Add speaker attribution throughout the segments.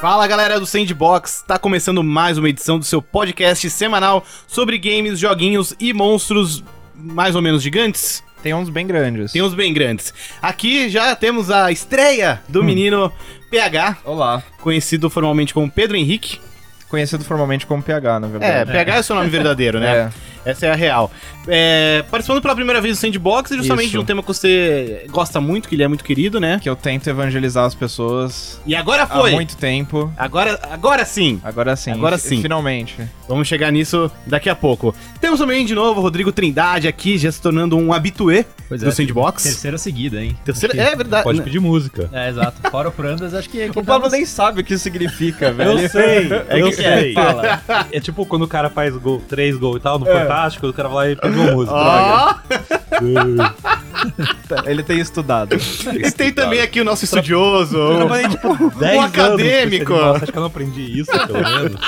Speaker 1: Fala galera do Sandbox, tá começando mais uma edição do seu podcast semanal sobre games, joguinhos e monstros mais ou menos gigantes.
Speaker 2: Tem um- uns bem grandes.
Speaker 1: Tem uns bem grandes. Aqui já temos a estreia
Speaker 2: Hum.
Speaker 1: do menino PH,
Speaker 2: Olá.
Speaker 1: conhecido formalmente como Pedro Henrique.
Speaker 2: Conhecido formalmente como PH, na
Speaker 1: É,
Speaker 2: verdade.
Speaker 1: PH é o seu nome verdadeiro, né? Essa é a real. É, participando pela primeira vez do Sandbox, e justamente
Speaker 2: Isso.
Speaker 1: de um tema que você gosta muito, que ele é muito querido, né?
Speaker 2: Que eu tento evangelizar as pessoas
Speaker 1: E agora
Speaker 2: há
Speaker 1: foi!
Speaker 2: muito tempo.
Speaker 1: Agora, agora sim!
Speaker 2: Agora sim.
Speaker 1: Agora
Speaker 2: fi-
Speaker 1: sim.
Speaker 2: Finalmente.
Speaker 1: Vamos chegar nisso daqui a pouco. Temos também de novo o Rodrigo Trindade aqui, já se tornando um habitué
Speaker 3: Pois
Speaker 1: do Sandbox.
Speaker 3: Terceira seguida, hein?
Speaker 1: Terceira-
Speaker 3: Acho que
Speaker 1: é verdade,
Speaker 3: Pode
Speaker 1: né?
Speaker 3: pedir música. É, exato. Fora o Prandas, acho
Speaker 4: é
Speaker 3: que...
Speaker 2: O
Speaker 4: tá
Speaker 2: Pablo nem sabe o que isso significa, velho.
Speaker 3: é
Speaker 1: eu
Speaker 3: que-
Speaker 1: sei.
Speaker 3: Fala. É tipo quando o cara faz gol, três gols e tal, no
Speaker 1: É.
Speaker 3: Fantástico, o cara vai lá e pediu uma música. né?
Speaker 1: Ó,
Speaker 2: Ele tem estudado.
Speaker 1: e tem também aqui o nosso estudioso,
Speaker 3: Eu
Speaker 1: o,
Speaker 3: trabalhei, tipo, 10
Speaker 1: um
Speaker 3: anos com esse
Speaker 1: acadêmico.
Speaker 3: animal, Acho que eu não aprendi isso, pelo menos.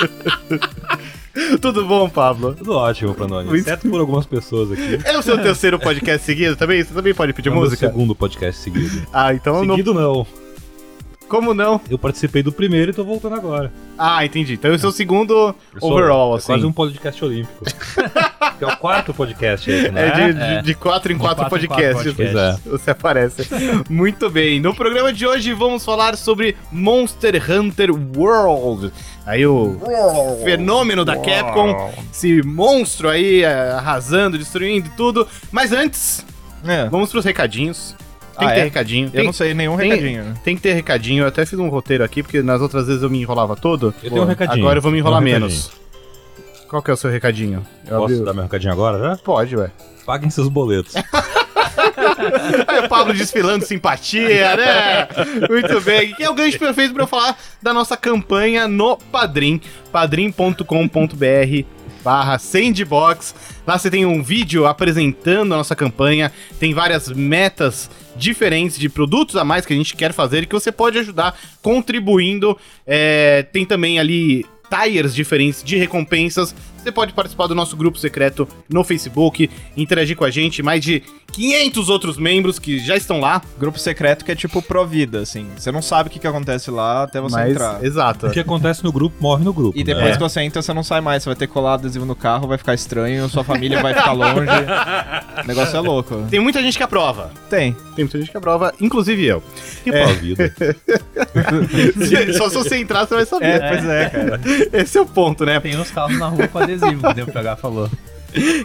Speaker 1: Tudo bom, Pablo?
Speaker 3: Tudo ótimo, Pranoni.
Speaker 1: Muito.
Speaker 3: Exceto por algumas pessoas aqui.
Speaker 1: É o seu terceiro podcast seguido também? Você também pode pedir
Speaker 3: É o meu
Speaker 1: música?
Speaker 3: segundo podcast seguido.
Speaker 1: Ah, então não.
Speaker 3: Seguido não.
Speaker 1: Como não?
Speaker 3: Eu participei do primeiro e tô voltando agora.
Speaker 1: Ah, entendi. Então esse é o segundo
Speaker 3: Eu sou-
Speaker 1: overall,
Speaker 3: é
Speaker 1: assim.
Speaker 3: quase um podcast olímpico. que é o quarto podcast aí, né?
Speaker 1: É de, de- de quatro em
Speaker 3: De
Speaker 1: quatro,
Speaker 3: quatro em quatro
Speaker 1: podcasts.
Speaker 2: é.
Speaker 3: podcasts.
Speaker 1: Você aparece. Muito bem. No programa de hoje vamos falar sobre Monster Hunter World. Aí o fenômeno da Capcom, esse monstro aí eh, arrasando, destruindo tudo. Mas antes,
Speaker 2: É.
Speaker 1: vamos pros recadinhos. Tem
Speaker 2: Ah,
Speaker 1: que ter
Speaker 2: é?
Speaker 1: recadinho.
Speaker 2: Eu
Speaker 1: Tem,
Speaker 2: não sei nenhum
Speaker 1: tem-
Speaker 2: recadinho.
Speaker 1: tem que ter recadinho. Eu até fiz um roteiro aqui, porque nas outras vezes eu me enrolava todo.
Speaker 3: Eu tenho um recadinho.
Speaker 1: Agora eu vou me
Speaker 3: Tenho um
Speaker 1: enrolar
Speaker 3: recadinho.
Speaker 1: menos. Qual que é o seu recadinho? Eu abri
Speaker 3: Posso
Speaker 1: o-
Speaker 3: dar meu recadinho agora, já?
Speaker 1: Pode, ué.
Speaker 3: Paguem seus boletos.
Speaker 1: Aí o Pablo desfilando simpatia, né? Muito bem. Que é o gancho perfeito pra eu falar da nossa campanha no Padrim. padrim.com.br barra Sandbox. Lá você tem um vídeo apresentando a nossa campanha. Tem várias metas diferentes de produtos a mais que a gente quer fazer e que você pode ajudar contribuindo. É, tem também ali tiers diferentes de recompensas. Você pode participar do nosso grupo secreto no Facebook, interagir com a gente, mais de 500 outros membros que já estão lá.
Speaker 2: Grupo secreto que é tipo pró-vida, assim. Você não sabe o que, que acontece lá
Speaker 1: Então
Speaker 2: até você entrar.
Speaker 1: exato.
Speaker 3: O que acontece no grupo morre no grupo.
Speaker 2: E depois
Speaker 3: né?
Speaker 2: que você entra, você não sai mais. Você vai ter que colar adesivo no carro, vai ficar estranho, sua família vai ficar longe. o negócio é louco.
Speaker 1: Tem muita gente que aprova.
Speaker 2: Tem.
Speaker 1: Tem muita gente que aprova, inclusive eu.
Speaker 3: Que
Speaker 1: É.
Speaker 3: pau a vida.
Speaker 1: Se- Só se você entrar, você vai
Speaker 2: É,
Speaker 1: saber.
Speaker 2: pois é, cara.
Speaker 1: Esse é o ponto, né?
Speaker 4: Tem uns carros na rua com adesivo, o PH falou.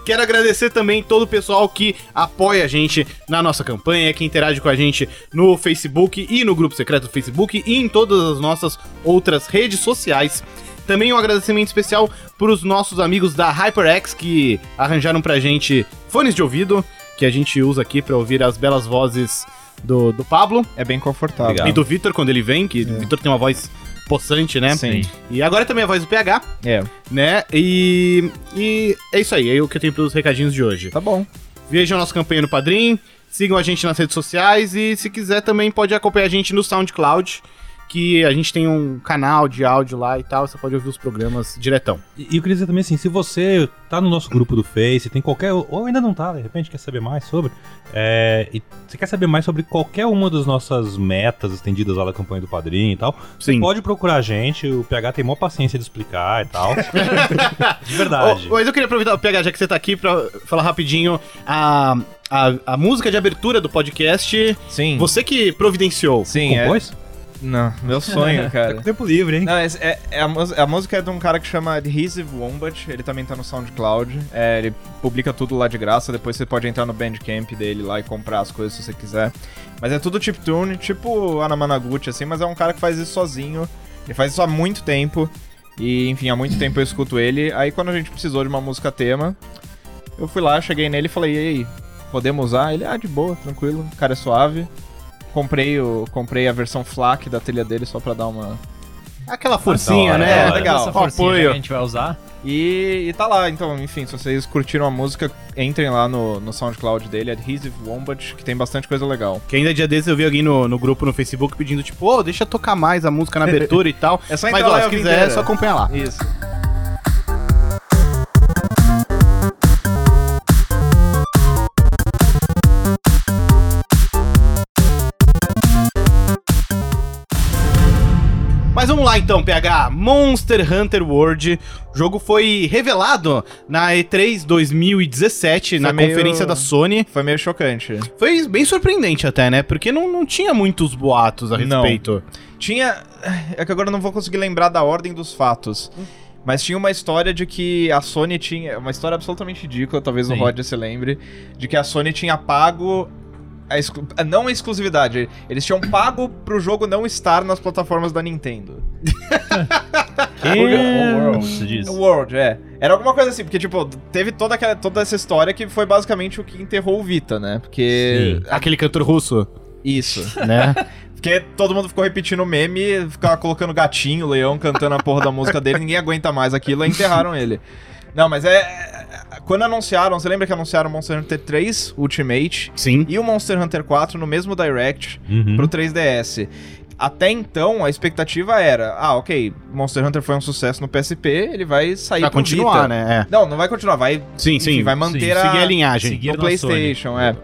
Speaker 1: Quero agradecer também todo o pessoal que apoia a gente na nossa campanha, que interage com a gente no Facebook e no grupo secreto do Facebook e em todas as nossas outras redes sociais. Também um agradecimento especial para os nossos amigos da HyperX que arranjaram pra gente fones de ouvido que a gente usa aqui para ouvir as belas vozes do, do Pablo
Speaker 2: É bem confortável.
Speaker 3: Legal.
Speaker 1: e do Vitor quando ele vem, que o Vitor tem uma voz possante, né?
Speaker 2: Sim.
Speaker 1: E agora também a voz do PH,
Speaker 2: É,
Speaker 1: né? E, e é isso aí, é o que eu tenho pelos recadinhos de hoje.
Speaker 2: tá bom.
Speaker 1: Vejam a nossa campanha no Padrim, sigam a gente nas redes sociais e, se quiser, também pode acompanhar a gente no SoundCloud, que a gente tem um canal de áudio lá e tal, você pode ouvir os programas diretão.
Speaker 3: E eu queria dizer também assim, se você tá no nosso grupo do Face, tem qualquer. ou ainda não tá, de repente quer saber mais sobre. é, e você quer saber mais sobre qualquer uma das nossas metas estendidas lá da campanha do padrinho e tal,
Speaker 1: Sim.
Speaker 3: pode procurar a gente, o PH tem maior paciência de explicar e tal. de verdade.
Speaker 1: Ô, mas eu queria aproveitar, PH, já que você tá aqui, pra falar rapidinho a, a, a música de abertura do podcast,
Speaker 2: Sim.
Speaker 1: você que providenciou.
Speaker 2: Sim, é.
Speaker 3: Compôs?
Speaker 2: Não, meu sonho,
Speaker 3: Tá com
Speaker 2: cara.
Speaker 3: tempo livre, hein?
Speaker 2: Não, esse- é, é a, mus- a música é de um cara que chama Adhesive Wombat, ele também tá no SoundCloud, é, ele publica tudo lá de graça, depois você pode entrar no Bandcamp dele lá e comprar as coisas se você quiser. Mas é tudo chiptune, tipo Anamanaguchi, assim, mas é um cara que faz isso sozinho, ele faz isso há muito tempo, e enfim, há muito tempo eu escuto ele, aí quando a gente precisou de uma música tema, eu fui lá, cheguei nele e falei, e aí, podemos usar? Ele, ah, de boa, tranquilo, o cara é suave. Comprei, o, comprei a versão FLAC da telha dele só pra dar uma
Speaker 1: Aquela forcinha,
Speaker 3: da
Speaker 1: né?
Speaker 3: hora, da hora.
Speaker 2: é, Legal,
Speaker 4: Essa
Speaker 1: Ó,
Speaker 4: forcinha
Speaker 1: apoio.
Speaker 4: que a
Speaker 2: né?
Speaker 4: gente vai usar.
Speaker 2: E, e tá lá, então, enfim, se vocês curtiram a música, entrem lá no, no SoundCloud dele, Adhesive Wombat, que tem bastante coisa legal.
Speaker 1: Que ainda é dia desses eu vi alguém no, no grupo no Facebook pedindo, tipo, ô, deixa tocar mais a música na abertura e tal.
Speaker 2: É só
Speaker 1: Mas,
Speaker 2: lá
Speaker 1: ó,
Speaker 2: e
Speaker 1: se
Speaker 2: ouvir
Speaker 1: quiser, é
Speaker 2: inteira.
Speaker 1: só acompanhar lá.
Speaker 2: Isso.
Speaker 1: Mas vamos lá então, PH. Monster Hunter World. O jogo foi revelado na E3 2017, na
Speaker 2: meio-
Speaker 1: conferência da Sony.
Speaker 2: Foi meio chocante.
Speaker 1: Foi bem surpreendente até, né? Porque não, não tinha muitos boatos a
Speaker 2: Não.
Speaker 1: respeito.
Speaker 2: Tinha. É que agora eu não vou conseguir lembrar da ordem dos fatos. Mas tinha uma história de que a Sony tinha. é Uma história absolutamente ridícula, talvez o
Speaker 4: Sim.
Speaker 2: Roger se lembre. De que a Sony tinha pago. A exclu- a não a exclusividade. Eles tinham pago pro jogo não estar nas plataformas da Nintendo.
Speaker 4: é World, se diz.
Speaker 2: World, é. Era alguma coisa assim, porque, tipo, teve toda, aquela, toda essa história que foi basicamente o que enterrou o Vita, né? Porque.
Speaker 1: Aquele cantor russo,
Speaker 2: Isso.
Speaker 1: né?
Speaker 2: Porque todo mundo ficou repetindo o meme, ficava colocando gatinho, leão, cantando a porra da música dele, ninguém aguenta mais aquilo, aí enterraram ele. Não, mas é. Quando anunciaram, você lembra que anunciaram Monster Hunter 3 Ultimate
Speaker 1: Sim.
Speaker 2: e o Monster Hunter 4 no mesmo Direct
Speaker 3: Uhum.
Speaker 2: pro 3DS? Até então, a expectativa era: ah, ok, Monster Hunter foi um sucesso no PSP, ele vai sair
Speaker 1: Pra
Speaker 2: pro
Speaker 1: continuar,
Speaker 2: Vita.
Speaker 1: né?
Speaker 2: Não, não vai continuar, vai
Speaker 1: É. Sim,
Speaker 2: Enfim,
Speaker 1: sim.
Speaker 2: vai manter
Speaker 1: Sim,
Speaker 2: a-
Speaker 1: Seguir a linhagem.
Speaker 4: Seguir
Speaker 2: no
Speaker 4: na Sony.
Speaker 2: PlayStation, é.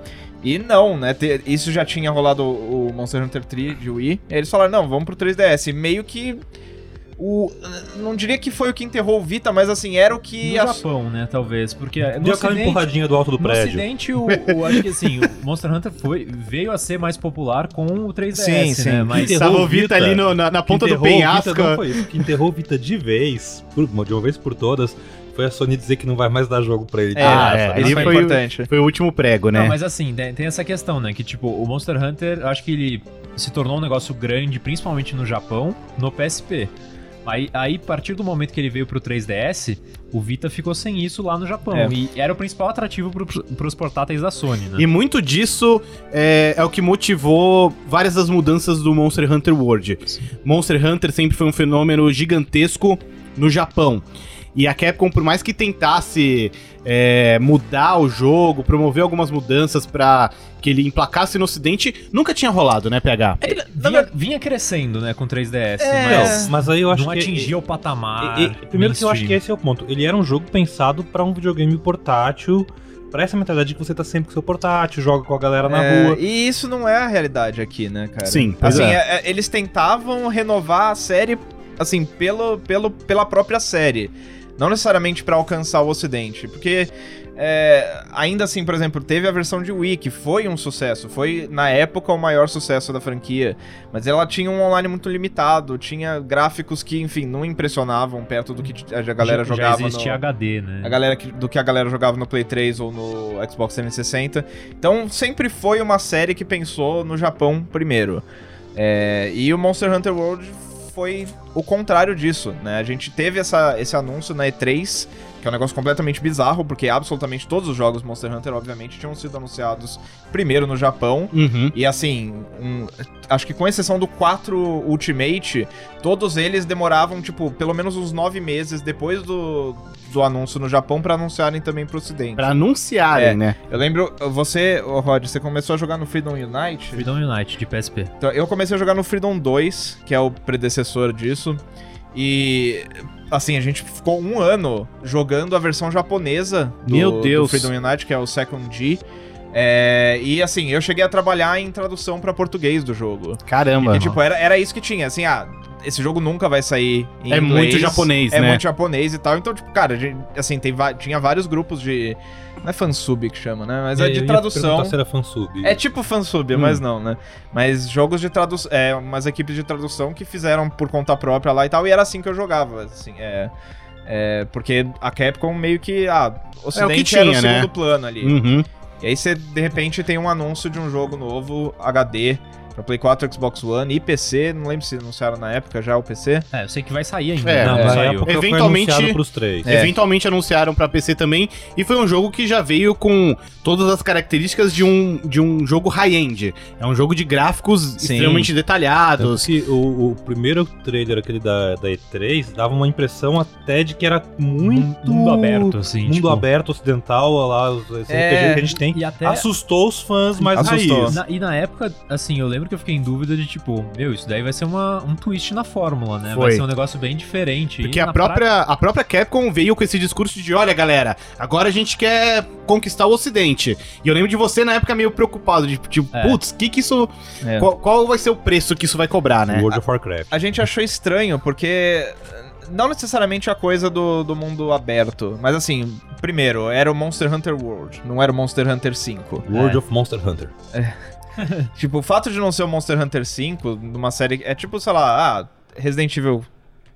Speaker 2: E não, né? te- Isso já tinha rolado o o Monster Hunter 3 de Wii. E eles falaram, não, vamos pro 3DS. E meio que. O, não diria que foi o que enterrou o Vita, mas assim, era o que.
Speaker 4: No
Speaker 2: a-
Speaker 4: Japão, né, talvez, porque
Speaker 1: É,
Speaker 4: no
Speaker 3: Deu aquela
Speaker 4: ocidente,
Speaker 3: empurradinha do alto do
Speaker 4: no
Speaker 3: prédio.
Speaker 4: ocidente, o, o- acho que assim, o Monster Hunter foi, veio a ser mais popular com o 3DS,
Speaker 2: Sim, sim.
Speaker 4: né, mas...
Speaker 3: Enterrou
Speaker 1: Tava
Speaker 3: o
Speaker 1: o Vita
Speaker 3: Vita.
Speaker 1: ali no- na, na
Speaker 3: que
Speaker 1: ponta do
Speaker 3: enterrou o Vita
Speaker 1: penhasco.
Speaker 3: não foi isso. O que enterrou o Vita de vez, por- de uma vez por todas, foi a Sony dizer que não vai mais dar jogo pra ele.
Speaker 2: É,
Speaker 1: Ah,
Speaker 3: Ah,
Speaker 1: é,
Speaker 3: sabe?
Speaker 1: ele
Speaker 2: isso foi
Speaker 1: foi-
Speaker 2: importante.
Speaker 1: Foi o último prego, né?
Speaker 4: Não, mas assim, né, tem essa questão, né? Que tipo, o Monster Hunter, eu acho que ele se tornou um negócio grande, principalmente no Japão, no PSP. Aí, aí, a partir do momento que ele veio pro 3DS, o Vita ficou sem isso lá no Japão.
Speaker 2: É.
Speaker 4: E era o principal atrativo pro, pros portáteis da Sony, né?
Speaker 1: E muito disso é, é o que motivou várias das mudanças do Monster Hunter World. Monster Hunter sempre foi um fenômeno gigantesco no Japão. E a Capcom, por mais que tentasse é, mudar o jogo, promover algumas mudanças pra que ele emplacasse no ocidente, nunca tinha rolado, né, PH?
Speaker 4: Ele
Speaker 2: na
Speaker 4: vinha, vinha crescendo, né, com o 3DS, mas
Speaker 1: é.
Speaker 3: Não, mas aí É. eu acho
Speaker 4: não
Speaker 3: que.
Speaker 4: atingia o patamar.
Speaker 3: E- e- primeiro que eu acho que
Speaker 4: mainstream.
Speaker 3: esse é o ponto. Ele era um jogo pensado pra um videogame portátil, pra essa mentalidade de que você tá sempre com seu portátil, joga com a galera na
Speaker 2: É,
Speaker 3: rua.
Speaker 2: E isso não é a realidade aqui, né, cara?
Speaker 1: Sim, pois
Speaker 2: Assim,
Speaker 1: é.
Speaker 2: é- é- eles tentavam renovar a série, assim, pelo, pelo, pela própria série. Não necessariamente pra alcançar o ocidente, porque... é, ainda assim, por exemplo, teve a versão de Wii, que foi um sucesso. Foi, na época, o maior sucesso da franquia. Mas ela tinha um online muito limitado, tinha gráficos que, enfim, não impressionavam perto do que a galera
Speaker 4: Hum. já,
Speaker 2: jogava.
Speaker 4: Já existia
Speaker 2: no-
Speaker 4: HD, né?
Speaker 2: a galera que- do que a galera jogava no Play 3 ou no Xbox 360. Então sempre foi uma série que pensou no Japão primeiro. É, e o Monster Hunter World foi o contrário disso, né? A gente teve essa, esse anúncio na E3, que é um negócio completamente bizarro, porque absolutamente todos os jogos Monster Hunter, obviamente, tinham sido anunciados primeiro no Japão.
Speaker 1: Uhum.
Speaker 2: E assim, um- acho que com exceção do 4 Ultimate, todos eles demoravam, tipo, pelo menos uns 9 meses depois do, do anúncio no Japão pra anunciarem também pro ocidente.
Speaker 1: Pra anunciarem,
Speaker 2: É.
Speaker 1: né?
Speaker 2: Eu lembro, você, ô Rod, você começou a jogar no Freedom Unite?
Speaker 4: Freedom Unite, de PSP.
Speaker 2: Então, eu comecei a jogar no Freedom 2, que é o predecessor disso. E assim, a gente ficou um ano jogando a versão japonesa do,
Speaker 1: Meu Deus.
Speaker 2: do Freedom Unite, que é o Second G. É, e assim, eu cheguei a trabalhar em tradução pra português do jogo.
Speaker 1: Caramba.
Speaker 2: E, tipo, era, era isso que tinha, assim, ah, esse jogo nunca vai sair em
Speaker 1: É
Speaker 2: inglês,
Speaker 1: muito japonês,
Speaker 2: é
Speaker 1: né?
Speaker 2: muito japonês e tal. Então, tipo, cara, a gente- assim, tem, va- tinha vários grupos de... Não é fansub que chama, né? Mas é,
Speaker 3: Eu
Speaker 2: de
Speaker 3: ia
Speaker 2: tradução.
Speaker 3: perguntar Se era fansub.
Speaker 2: É tipo fansub,
Speaker 1: Hum.
Speaker 2: mas não, né? Mas jogos de tradução... É, umas equipes de tradução que fizeram por conta própria lá e tal. E era assim que eu jogava, assim, é... é, porque a Capcom meio que... Ah, o Ocidente era o
Speaker 1: É tinha, né?
Speaker 2: segundo plano ali.
Speaker 1: Uhum.
Speaker 2: E aí você, de repente, tem um anúncio de um jogo novo, HD, pra Play 4, Xbox One e PC. Não lembro se anunciaram na época já o PC.
Speaker 4: É, eu sei que vai sair ainda.
Speaker 1: É,
Speaker 3: Não,
Speaker 4: né?
Speaker 3: na
Speaker 4: Saiu.
Speaker 3: época
Speaker 1: Eventualmente-
Speaker 3: foi anunciado pros três.
Speaker 2: É.
Speaker 1: Eventualmente anunciaram pra PC também, e foi um jogo que já veio com todas as características de um, de um jogo high-end. É um jogo de gráficos extremamente
Speaker 3: Tanto
Speaker 1: detalhados.
Speaker 3: que o, o primeiro trailer, aquele da, da E3, dava uma impressão até de que era muito.
Speaker 4: Mundo aberto, assim.
Speaker 3: Mundo
Speaker 4: tipo,
Speaker 3: aberto ocidental, olha lá, os, esse
Speaker 2: É.
Speaker 3: RPG que a gente tem.
Speaker 4: E até.
Speaker 3: Assustou os fãs mais
Speaker 2: Assustou.
Speaker 3: raiz.
Speaker 4: na- e na época, assim, eu lembro lembro que eu fiquei em dúvida de tipo, meu, isso daí vai ser uma, um twist na fórmula, né?
Speaker 1: Foi.
Speaker 4: Vai ser um negócio bem diferente. E
Speaker 1: Porque a
Speaker 4: na
Speaker 1: própria, a própria Capcom veio com esse discurso de: olha, galera, agora a gente quer conquistar o Ocidente. E eu lembro de você na época meio preocupado, de tipo,
Speaker 4: É.
Speaker 1: putz, que que isso.
Speaker 2: É.
Speaker 1: Qual, qual vai ser o preço que isso vai cobrar, né?
Speaker 3: World of Warcraft.
Speaker 2: A gente achou estranho, porque. eh, Não necessariamente a coisa do, do mundo aberto. Mas assim, primeiro, era o Monster Hunter World, não era o Monster Hunter 5.
Speaker 3: World of Monster Hunter.
Speaker 2: Tipo, o fato de não ser o Monster Hunter 5, numa série. É tipo, sei lá, ah, Resident Evil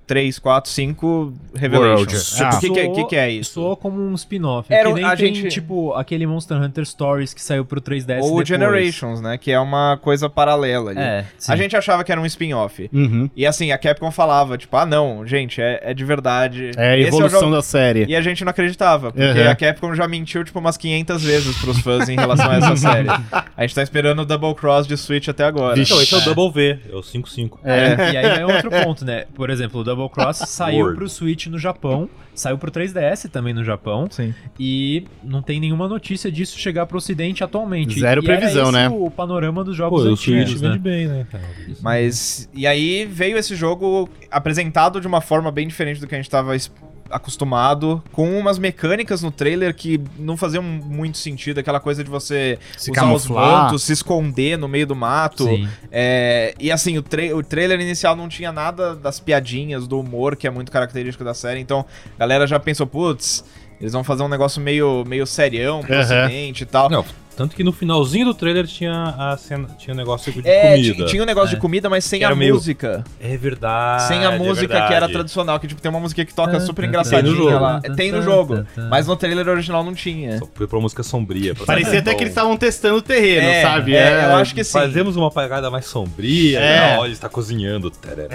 Speaker 2: 3, 4, 5, Revelations.
Speaker 1: World.
Speaker 2: Tipo, o que, que, é-
Speaker 4: Soou-
Speaker 2: que que é isso?
Speaker 4: Soou como um spin-off.
Speaker 2: Era
Speaker 4: que nem
Speaker 2: a
Speaker 4: tem,
Speaker 2: gente-
Speaker 4: tipo, aquele Monster Hunter Stories que saiu pro 3DS
Speaker 2: Ou
Speaker 4: depois.
Speaker 2: Generations, né? Que é uma coisa paralela ali.
Speaker 4: É,
Speaker 2: A
Speaker 4: sim.
Speaker 2: gente achava que era um spin-off.
Speaker 1: Uhum.
Speaker 2: E assim, a Capcom falava, tipo, ah não, gente, é, é de verdade.
Speaker 1: É a
Speaker 2: Esse o
Speaker 1: evolução
Speaker 2: jogo-
Speaker 1: da série.
Speaker 2: E a gente não acreditava, porque
Speaker 1: Uhum.
Speaker 2: a Capcom já mentiu, tipo, umas 500 vezes pros fãs em relação a essa série. A gente tá esperando o Double Cross de Switch até agora.
Speaker 1: Vixe.
Speaker 3: Então, esse é o Double V, é o 5-5.
Speaker 4: É, e aí é outro ponto, né? Por exemplo, o Double Cross saiu
Speaker 3: Word.
Speaker 4: pro Switch no Japão, saiu pro 3DS também no Japão,
Speaker 2: Sim.
Speaker 4: e não tem nenhuma notícia disso chegar pro ocidente atualmente.
Speaker 1: Zero
Speaker 4: E era
Speaker 1: previsão,
Speaker 4: esse
Speaker 1: né?
Speaker 4: é o panorama dos
Speaker 3: Pô,
Speaker 4: jogos
Speaker 3: o Switch
Speaker 4: antigos,
Speaker 3: vende
Speaker 4: né?
Speaker 3: bem, né, cara?
Speaker 2: Mas, e aí veio esse jogo apresentado de uma forma bem diferente do que a gente tava es- acostumado, com umas mecânicas no trailer que não faziam muito sentido, aquela coisa de você
Speaker 1: Se
Speaker 2: usar os
Speaker 1: camuflar.
Speaker 2: pontos, se esconder no meio do mato.
Speaker 4: Sim.
Speaker 2: É, e assim, o, trai- o trailer inicial não tinha nada das piadinhas, do humor, que é muito característico da série. Então, a galera já pensou, putz, eles vão fazer um negócio meio, meio serião pro
Speaker 1: Aham.
Speaker 2: ocidente e tal.
Speaker 3: Não, tanto que no finalzinho do trailer tinha a cena, tinha um negócio de
Speaker 2: É, ti-
Speaker 3: comida.
Speaker 2: tinha um negócio de comida, mas sem
Speaker 3: Que era
Speaker 2: a
Speaker 3: meio-
Speaker 2: música.
Speaker 3: É verdade.
Speaker 2: sem a
Speaker 3: é
Speaker 2: música que era
Speaker 3: verdade.
Speaker 2: tradicional, que tipo, tem uma música que toca super
Speaker 3: Tem no jogo.
Speaker 2: engraçadinha lá. Tem no jogo, mas no trailer original não tinha.
Speaker 3: Só foi pra música sombria. pra-
Speaker 1: Parecia até que eles estavam testando o terreno,
Speaker 2: É,
Speaker 1: sabe?
Speaker 2: é, eu acho que sim.
Speaker 3: Fazemos uma pegada mais sombria.
Speaker 1: É.
Speaker 3: É. Olha, está cozinhando. Tereré.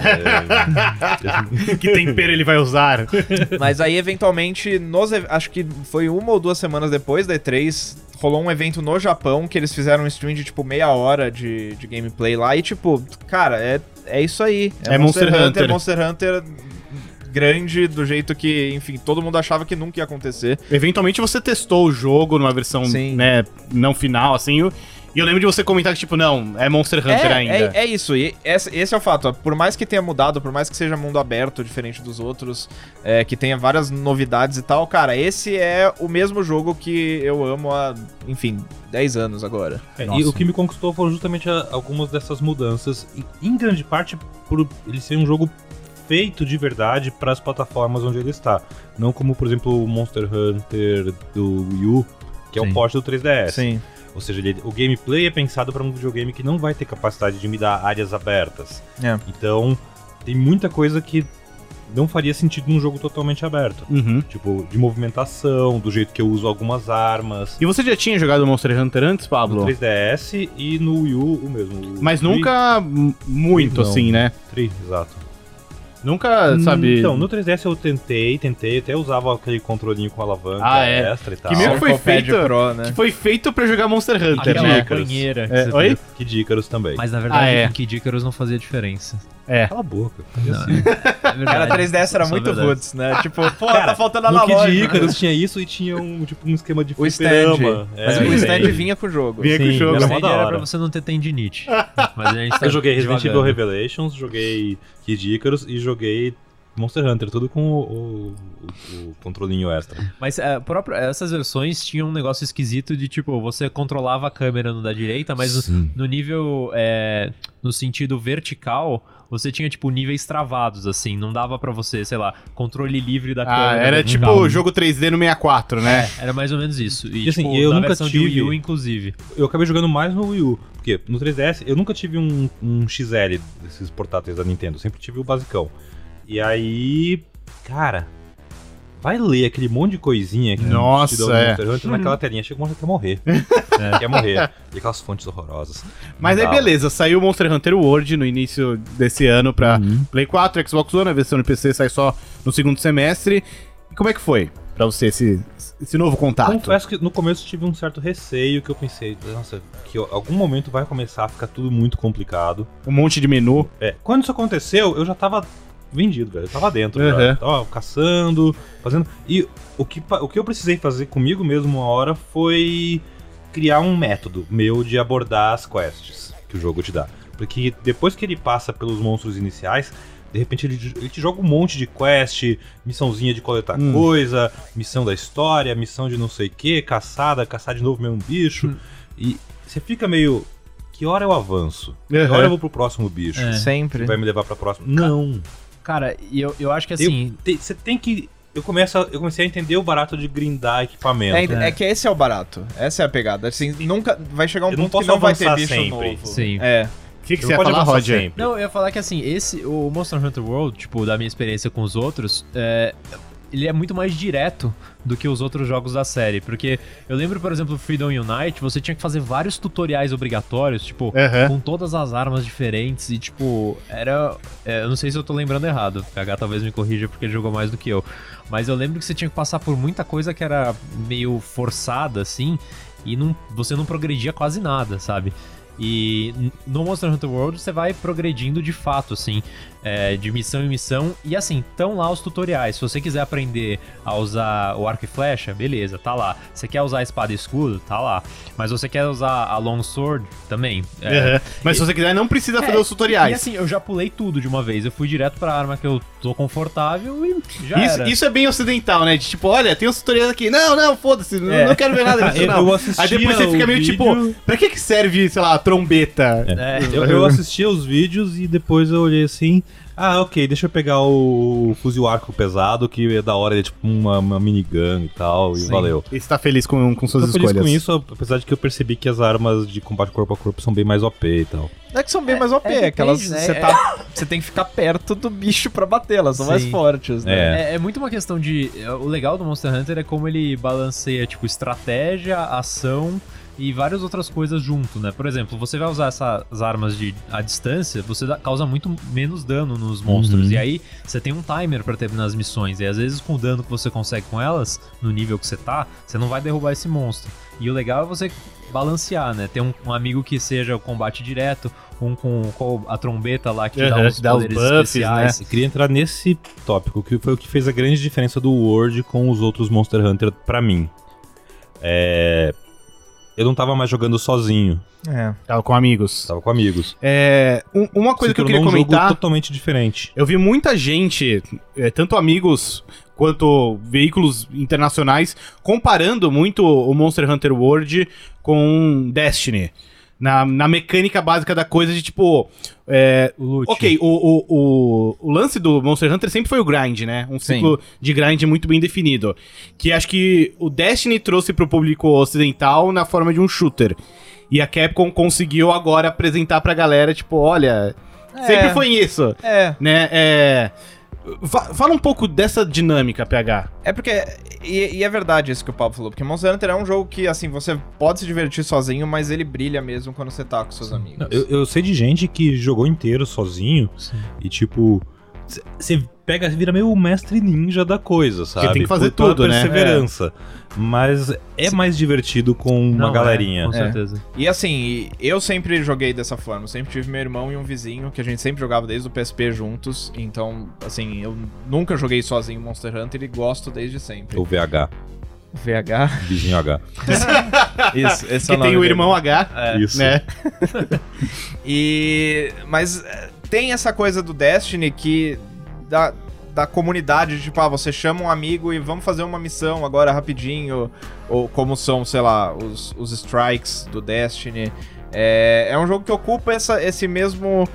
Speaker 1: que tempero ele vai usar.
Speaker 2: Mas aí, eventualmente, nos, ev- acho que foi uma ou duas semanas depois da E3, rolou um evento no Japão que eles fizeram um stream de, tipo, meia hora de, de gameplay lá. E, tipo, cara, é, é isso aí.
Speaker 1: É Monster Hunter.
Speaker 2: Monster Hunter grande, do jeito que, enfim, todo mundo achava que nunca ia acontecer.
Speaker 1: Eventualmente você testou o jogo numa versão,
Speaker 2: Sim.
Speaker 1: né, não final, assim. E eu lembro de você comentar que, tipo, não, é Monster Hunter
Speaker 2: É,
Speaker 1: ainda.
Speaker 2: é, é isso, e essa- esse é o fato. ó. Por mais que tenha mudado, por mais que seja mundo aberto, diferente dos outros, é, que tenha várias novidades e tal, cara, esse é o mesmo jogo que eu amo há, enfim, 10 anos agora.
Speaker 3: É, e
Speaker 4: Nossa.
Speaker 3: o que me conquistou foram justamente a- algumas dessas mudanças, e em grande parte por ele ser um jogo feito de verdade para as plataformas onde ele está. Não como, por exemplo, o Monster Hunter do Wii U, que é
Speaker 4: Sim.
Speaker 3: o porte do 3DS.
Speaker 2: Sim.
Speaker 3: Ou seja, ele- o gameplay é pensado para um videogame que não vai ter capacidade de me dar áreas abertas.
Speaker 2: É.
Speaker 3: Então, tem muita coisa que não faria sentido num jogo totalmente aberto.
Speaker 1: Uhum.
Speaker 3: Tipo, de movimentação, do jeito que eu uso algumas armas.
Speaker 1: E você já tinha jogado Monster Hunter antes,
Speaker 3: No
Speaker 1: Pablo?
Speaker 3: 3DS e no Wii U o mesmo. o
Speaker 1: Mas
Speaker 3: Wii
Speaker 1: nunca m- muito,
Speaker 3: Não.
Speaker 1: assim, né?
Speaker 3: 3, exato.
Speaker 1: Nunca, É, sabe...
Speaker 3: Então, no 3DS eu tentei, tentei, até usava aquele controlinho com alavanca
Speaker 1: Ah, é.
Speaker 3: extra e tal.
Speaker 1: Que meio que foi
Speaker 2: Psychopad
Speaker 1: feito-
Speaker 2: Pro, né?
Speaker 1: Que foi feito pra jogar Monster Hunter,
Speaker 4: Aquela
Speaker 1: né?
Speaker 3: Aquela
Speaker 4: banheira.
Speaker 1: É, oi?
Speaker 3: Que dícaros também.
Speaker 4: Mas na verdade,
Speaker 1: Ah, é.
Speaker 4: o Kid Icarus não fazia diferença.
Speaker 3: Cala a boca. Assim,
Speaker 4: É verdade.
Speaker 2: Cara, 3DS era
Speaker 4: Só
Speaker 2: muito
Speaker 4: é verdade.
Speaker 2: roots, né? Tipo, pô, tá
Speaker 3: Cara,
Speaker 2: faltando
Speaker 3: No
Speaker 2: analógico.
Speaker 3: Kid Icarus tinha isso e tinha um, tipo, um esquema de
Speaker 2: O stand.
Speaker 3: fliperama. É,
Speaker 2: Mas
Speaker 3: eu
Speaker 2: o
Speaker 3: sei.
Speaker 2: stand vinha com o jogo.
Speaker 1: Vinha com o
Speaker 3: Sim,
Speaker 1: jogo.
Speaker 3: era
Speaker 4: Era,
Speaker 3: mó da
Speaker 4: era
Speaker 3: hora.
Speaker 4: pra você não ter tendinite. Mas a gente tá
Speaker 3: Eu joguei Resident Evil
Speaker 4: divagando.
Speaker 3: Revelations, joguei Kid Icarus e joguei Monster Hunter, tudo com o, o- o- o controlinho extra.
Speaker 4: Mas é, próprio- essas versões tinham um negócio esquisito de tipo, você controlava a câmera no da direita, mas no,
Speaker 3: Sim.
Speaker 4: no nível. é, no sentido vertical, você tinha, tipo, níveis travados, assim. Não dava pra você, sei lá, controle livre da
Speaker 1: Ah,
Speaker 4: câmera.
Speaker 1: era
Speaker 4: vertical.
Speaker 1: tipo jogo 3D no 64, né?
Speaker 4: Era mais ou menos isso. E,
Speaker 3: E, assim,
Speaker 4: tipo,
Speaker 3: eu
Speaker 4: na
Speaker 3: nunca
Speaker 4: versão de
Speaker 3: tive-
Speaker 4: Wii U, inclusive.
Speaker 3: Eu acabei jogando mais no Wii U, porque no 3DS eu nunca tive um, um XL desses portáteis da Nintendo, sempre tive o basicão. E aí, cara, vai ler aquele monte de coisinha que
Speaker 1: Nossa,
Speaker 3: te dão no
Speaker 1: é.
Speaker 3: Monster Hunter naquela telinha, chega uma hora até morrer. Quer morrer. E aquelas fontes horrorosas.
Speaker 1: Mas aí
Speaker 3: Não dá.
Speaker 1: beleza, saiu Monster Hunter World no início desse ano pra
Speaker 3: Uhum.
Speaker 1: Play 4, Xbox One, a versão de PC sai só no segundo semestre. E como é que foi pra você esse, esse novo contato?
Speaker 3: Confesso que no começo tive um certo receio que eu pensei, nossa, que eu- algum momento vai começar a ficar tudo muito complicado.
Speaker 1: Um monte de menu.
Speaker 3: É, quando isso aconteceu, eu já tava vendido, velho. Eu tava dentro, já.
Speaker 1: Uhum.
Speaker 3: Tava caçando, fazendo. E o que, pa- o que eu precisei fazer comigo mesmo uma hora foi criar um método meu de abordar as quests que o jogo te dá. Porque depois que ele passa pelos monstros iniciais, de repente ele, ele te joga um monte de quest, missãozinha de coletar
Speaker 1: Hum.
Speaker 3: coisa, missão da história, missão de não sei o que, caçada, caçar de novo o mesmo bicho. E você fica meio. Que hora eu avanço? Que
Speaker 1: Uhum.
Speaker 3: hora eu vou pro próximo bicho?
Speaker 4: É.
Speaker 2: Sempre.
Speaker 3: Vai me levar pra próxima? Não.
Speaker 4: Cara, e eu, eu acho que assim.
Speaker 3: Te- Você tem que. Eu, começo a- eu comecei a entender o barato de grindar equipamento.
Speaker 2: É, é que esse é o barato. Essa é a pegada. Assim, nunca vai chegar um
Speaker 3: Eu não
Speaker 2: ponto que
Speaker 3: posso
Speaker 2: não vai ter
Speaker 3: avançar
Speaker 2: bicho
Speaker 3: sempre.
Speaker 2: novo.
Speaker 4: Sim.
Speaker 2: É.
Speaker 1: O que, que
Speaker 3: Eu
Speaker 1: você ia
Speaker 3: pode
Speaker 1: falar,
Speaker 3: avançar
Speaker 1: Roger?
Speaker 3: sempre.
Speaker 4: Não, eu ia falar que assim, esse, o Monster Hunter World, tipo, da minha experiência com os outros, é, ele é muito mais direto do que os outros jogos da série. Porque eu lembro, por exemplo, do Freedom Unite, você tinha que fazer vários tutoriais obrigatórios, tipo,
Speaker 1: Aham.
Speaker 4: com todas as armas diferentes e, tipo, era. é, eu não sei se eu tô lembrando errado. O PH talvez me corrija porque ele jogou mais do que eu. Mas eu lembro que você tinha que passar por muita coisa que era meio forçada, assim, e não, você não progredia quase nada, sabe? E n- no Monster Hunter World você vai progredindo de fato, assim, é, de missão em missão. E assim, estão lá os tutoriais. Se você quiser aprender a usar o arco e flecha, beleza, tá lá. Você quer usar a espada e escudo, tá lá. Mas você quer usar a long sword também. é,
Speaker 1: Aham. Mas se você quiser, não precisa fazer
Speaker 4: é,
Speaker 1: os tutoriais.
Speaker 4: E assim, eu já pulei tudo de uma vez. Eu fui direto pra arma que eu tô confortável e já
Speaker 1: Isso,
Speaker 4: era.
Speaker 1: isso é bem ocidental, né? De tipo, olha, tem os tutoriais aqui. Não, não, foda-se, não,
Speaker 4: É.
Speaker 1: não quero ver nada disso,
Speaker 3: Ah, Eu,
Speaker 1: não.
Speaker 3: eu assistia
Speaker 1: Aí depois você
Speaker 3: o
Speaker 1: fica meio
Speaker 3: vídeo-
Speaker 1: tipo, pra que que serve, sei lá, a trombeta?
Speaker 4: É,
Speaker 3: Eu, eu assistia os vídeos e depois eu olhei assim. Ah, ok, deixa eu pegar o fuzil arco pesado, que é da hora, ele é tipo uma, uma minigun e tal, e
Speaker 4: Sim.
Speaker 3: valeu.
Speaker 1: E você tá feliz com, com
Speaker 3: Tô
Speaker 1: suas
Speaker 3: feliz
Speaker 1: escolhas.
Speaker 3: com isso, apesar de que eu percebi que as armas de combate corpo a corpo são bem mais OP e tal.
Speaker 2: Não é que são bem mais OP,
Speaker 4: é, depende,
Speaker 2: aquelas.
Speaker 4: né?
Speaker 2: Você tá- você tem que ficar perto do bicho pra bater, elas são mais
Speaker 4: Sim.
Speaker 2: fortes, né?
Speaker 3: É.
Speaker 4: É, é muito uma questão de. O legal do Monster Hunter é como ele balanceia, tipo, estratégia, ação e várias outras coisas junto, né? Por exemplo, você vai usar essas armas de à distância, você dá- causa muito menos dano nos monstros.
Speaker 3: Uhum.
Speaker 4: E aí você tem um timer pra terminar as missões. E às vezes com o dano que você consegue com elas, no nível que você tá, você não vai derrubar esse monstro. E o legal é você balancear, né? Ter um, um amigo que seja o combate direto, um com, com a trombeta lá que te dá
Speaker 1: Uhum,
Speaker 4: uns
Speaker 1: te dá os
Speaker 4: poderes
Speaker 1: buffs, né?
Speaker 4: especiais.
Speaker 3: Eu queria entrar nesse tópico, que foi o que fez a grande diferença do World com os outros Monster Hunter pra mim. É. Eu não tava mais jogando sozinho,
Speaker 2: É.
Speaker 1: Tá, com amigos.
Speaker 3: tava com amigos.
Speaker 1: É, um- uma coisa
Speaker 3: Se
Speaker 1: que eu queria
Speaker 3: tornou um jogo
Speaker 1: comentar.
Speaker 3: totalmente diferente.
Speaker 1: Eu vi muita gente, eh, tanto amigos quanto veículos internacionais, comparando muito o Monster Hunter World com Destiny. Na, na mecânica básica da coisa de tipo. eh,
Speaker 4: O loot.
Speaker 1: Ok, o, o, o, o lance do Monster Hunter sempre foi o grind, né? Um
Speaker 2: Sim.
Speaker 1: ciclo de grind muito bem definido. Que acho que o Destiny trouxe pro público ocidental na forma de um shooter. E a Capcom conseguiu agora apresentar pra galera, tipo, olha, sempre foi isso
Speaker 2: É.
Speaker 1: né? É... fa- Fala um pouco dessa dinâmica, PH.
Speaker 2: É porque. E, e é verdade isso que o Pablo falou, porque Monster Hunter é um jogo que, assim, você pode se divertir sozinho, mas ele brilha mesmo quando você tá com seus amigos.
Speaker 3: Não, eu, eu sei de gente que jogou inteiro sozinho
Speaker 4: Sim.
Speaker 3: e tipo. Você pega, cê vira meio o mestre ninja da coisa, sabe?
Speaker 1: tem que fazer
Speaker 3: Por toda
Speaker 1: tudo, né?
Speaker 3: perseverança. Mas é mais divertido com uma
Speaker 4: Não, é,
Speaker 3: galerinha.
Speaker 2: É.
Speaker 4: com certeza.
Speaker 2: E assim, e eu sempre joguei dessa forma. Eu sempre tive meu irmão e um vizinho, que a gente sempre jogava desde o PSP juntos. Então, assim, eu nunca joguei sozinho Monster Hunter e gosto desde sempre.
Speaker 3: O VH,
Speaker 2: VH.
Speaker 3: vizinho H.
Speaker 2: Isso, esse é
Speaker 1: Que
Speaker 2: o nome
Speaker 1: tem o
Speaker 2: dele.
Speaker 1: irmão H,
Speaker 4: É.
Speaker 3: Isso.
Speaker 1: né?
Speaker 2: E. Mas é, tem essa coisa do Destiny que. Da, da comunidade, tipo, ah, você chama um amigo e vamos fazer uma missão agora rapidinho. Ou como são, sei lá, os, os strikes do Destiny. É, é um jogo que ocupa essa, esse mesmo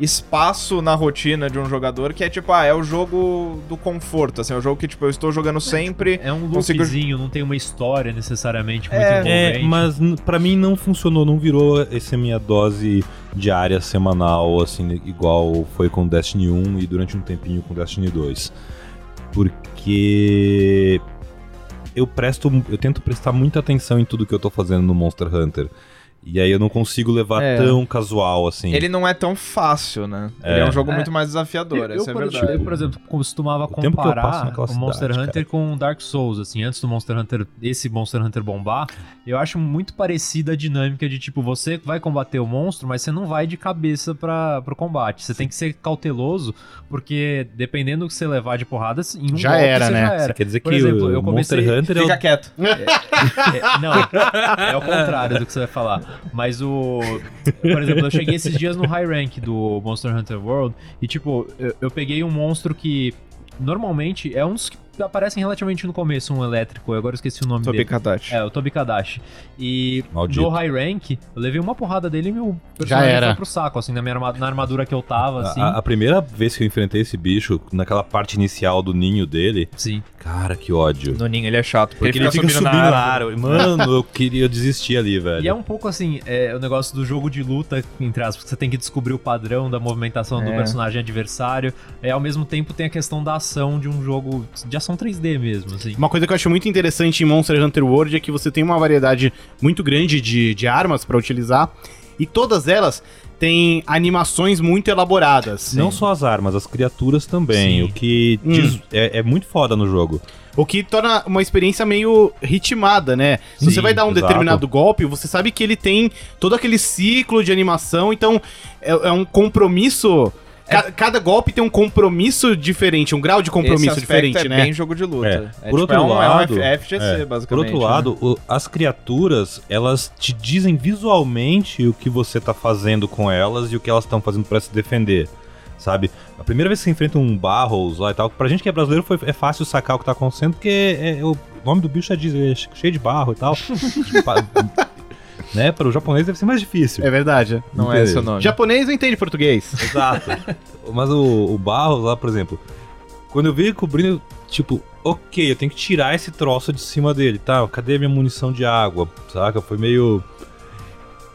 Speaker 2: espaço na rotina de um jogador que é tipo, ah, é o jogo do conforto, assim, é o jogo que tipo, eu estou jogando sempre.
Speaker 4: É um
Speaker 2: Consigo-
Speaker 4: loopzinho, não tem uma história necessariamente muito
Speaker 2: É.
Speaker 3: É,
Speaker 4: envolvente.
Speaker 3: mas n- pra mim não funcionou, não virou essa minha dose diária, semanal, assim, igual foi com Destiny 1 e durante um tempinho com Destiny 2. Porque eu presto, eu tento prestar muita atenção em tudo que eu tô fazendo no Monster Hunter. E aí eu não consigo levar
Speaker 2: É.
Speaker 3: tão casual assim.
Speaker 2: Ele não é tão fácil, né?
Speaker 3: É.
Speaker 2: Ele é um jogo
Speaker 4: É.
Speaker 2: muito mais desafiador,
Speaker 4: eu,
Speaker 2: essa é
Speaker 4: por,
Speaker 2: verdade.
Speaker 4: eu, por exemplo, costumava
Speaker 3: O tempo que eu passo
Speaker 4: comparar
Speaker 3: naquela
Speaker 4: o Monster
Speaker 3: cidade,
Speaker 4: Hunter com Dark Souls, assim, antes do Monster Hunter, esse Monster Hunter bombar, eu acho muito parecida a dinâmica de, tipo, você vai combater o monstro, mas você não vai de cabeça para pro combate. Você tem que ser cauteloso, porque dependendo do que você levar de porrada, em um
Speaker 1: Já
Speaker 4: golpe
Speaker 1: era,
Speaker 4: você
Speaker 1: né?
Speaker 4: já era.
Speaker 3: Quer dizer
Speaker 4: Por
Speaker 3: que
Speaker 4: exemplo,
Speaker 3: o
Speaker 4: eu comecei-
Speaker 3: Monster Hunter é o
Speaker 2: Fica quieto.
Speaker 4: É, não, é o contrário do que você vai falar. Mas o. Por exemplo, eu cheguei esses dias no high rank do Monster Hunter World e, tipo, eu, eu peguei um monstro que normalmente é uns que aparecem relativamente no começo, um elétrico, eu agora esqueci o nome dele.
Speaker 2: Tobikadashi.
Speaker 4: É, o Tobi Kadashi. E
Speaker 3: Maldito.
Speaker 4: no high rank, eu levei uma porrada dele e meu
Speaker 1: Já era.
Speaker 4: foi pro saco, assim, na minha arma- na armadura que eu tava, assim.
Speaker 3: A, a primeira vez que eu enfrentei esse bicho, naquela parte inicial do ninho dele,
Speaker 4: Sim.
Speaker 3: cara, que ódio.
Speaker 2: No ninho ele é chato,
Speaker 3: Porque ele fica subindo, na árvore. Mano, eu queria eu desistir ali, velho.
Speaker 4: E é um pouco assim, é, o negócio do jogo de luta, entre aspas, que você tem que descobrir o padrão da movimentação do
Speaker 2: É.
Speaker 4: personagem adversário. É, ao mesmo tempo tem a questão da ação de um jogo de ação 3D mesmo, assim.
Speaker 1: Uma coisa que eu acho muito interessante em Monster Hunter World é que você tem uma variedade muito grande de, de armas pra utilizar e todas elas têm animações muito elaboradas.
Speaker 3: Não só as armas, as criaturas também.
Speaker 4: Sim.
Speaker 3: O que diz- é, é muito foda no jogo.
Speaker 1: O que torna uma experiência meio ritmada, né? Se você
Speaker 3: Sim,
Speaker 1: vai dar um
Speaker 3: exato.
Speaker 1: determinado golpe, você sabe que ele tem todo aquele ciclo de animação, então é, é um compromisso. ca-
Speaker 2: É.
Speaker 1: cada golpe tem um compromisso diferente, um grau de compromisso diferente,
Speaker 2: é
Speaker 1: né?
Speaker 2: bem jogo de luta.
Speaker 3: É.
Speaker 2: É,
Speaker 3: Por outro
Speaker 2: é um,
Speaker 3: lado-
Speaker 2: é um F- FGC,
Speaker 3: é.
Speaker 2: basicamente.
Speaker 3: Por outro
Speaker 2: né?
Speaker 3: lado, o- as criaturas, elas te dizem visualmente o que você tá fazendo com elas e o que elas estão fazendo pra se defender. Sabe? A primeira vez que você enfrenta um Barrows lá e tal, pra gente que é brasileiro foi, é fácil sacar o que tá acontecendo, porque é- o nome do bicho é, diz- é cheio de barro e tal. Pa- né? Para o japonês deve ser mais difícil.
Speaker 1: É verdade.
Speaker 2: Não é esse o nome.
Speaker 1: Japonês não entende português.
Speaker 3: Exato. Mas o, o Barros lá, por exemplo, quando eu vi ele cobrindo, tipo, ok, eu tenho que tirar esse troço de cima dele, tá? Cadê a minha munição de água? Saca? Foi meio.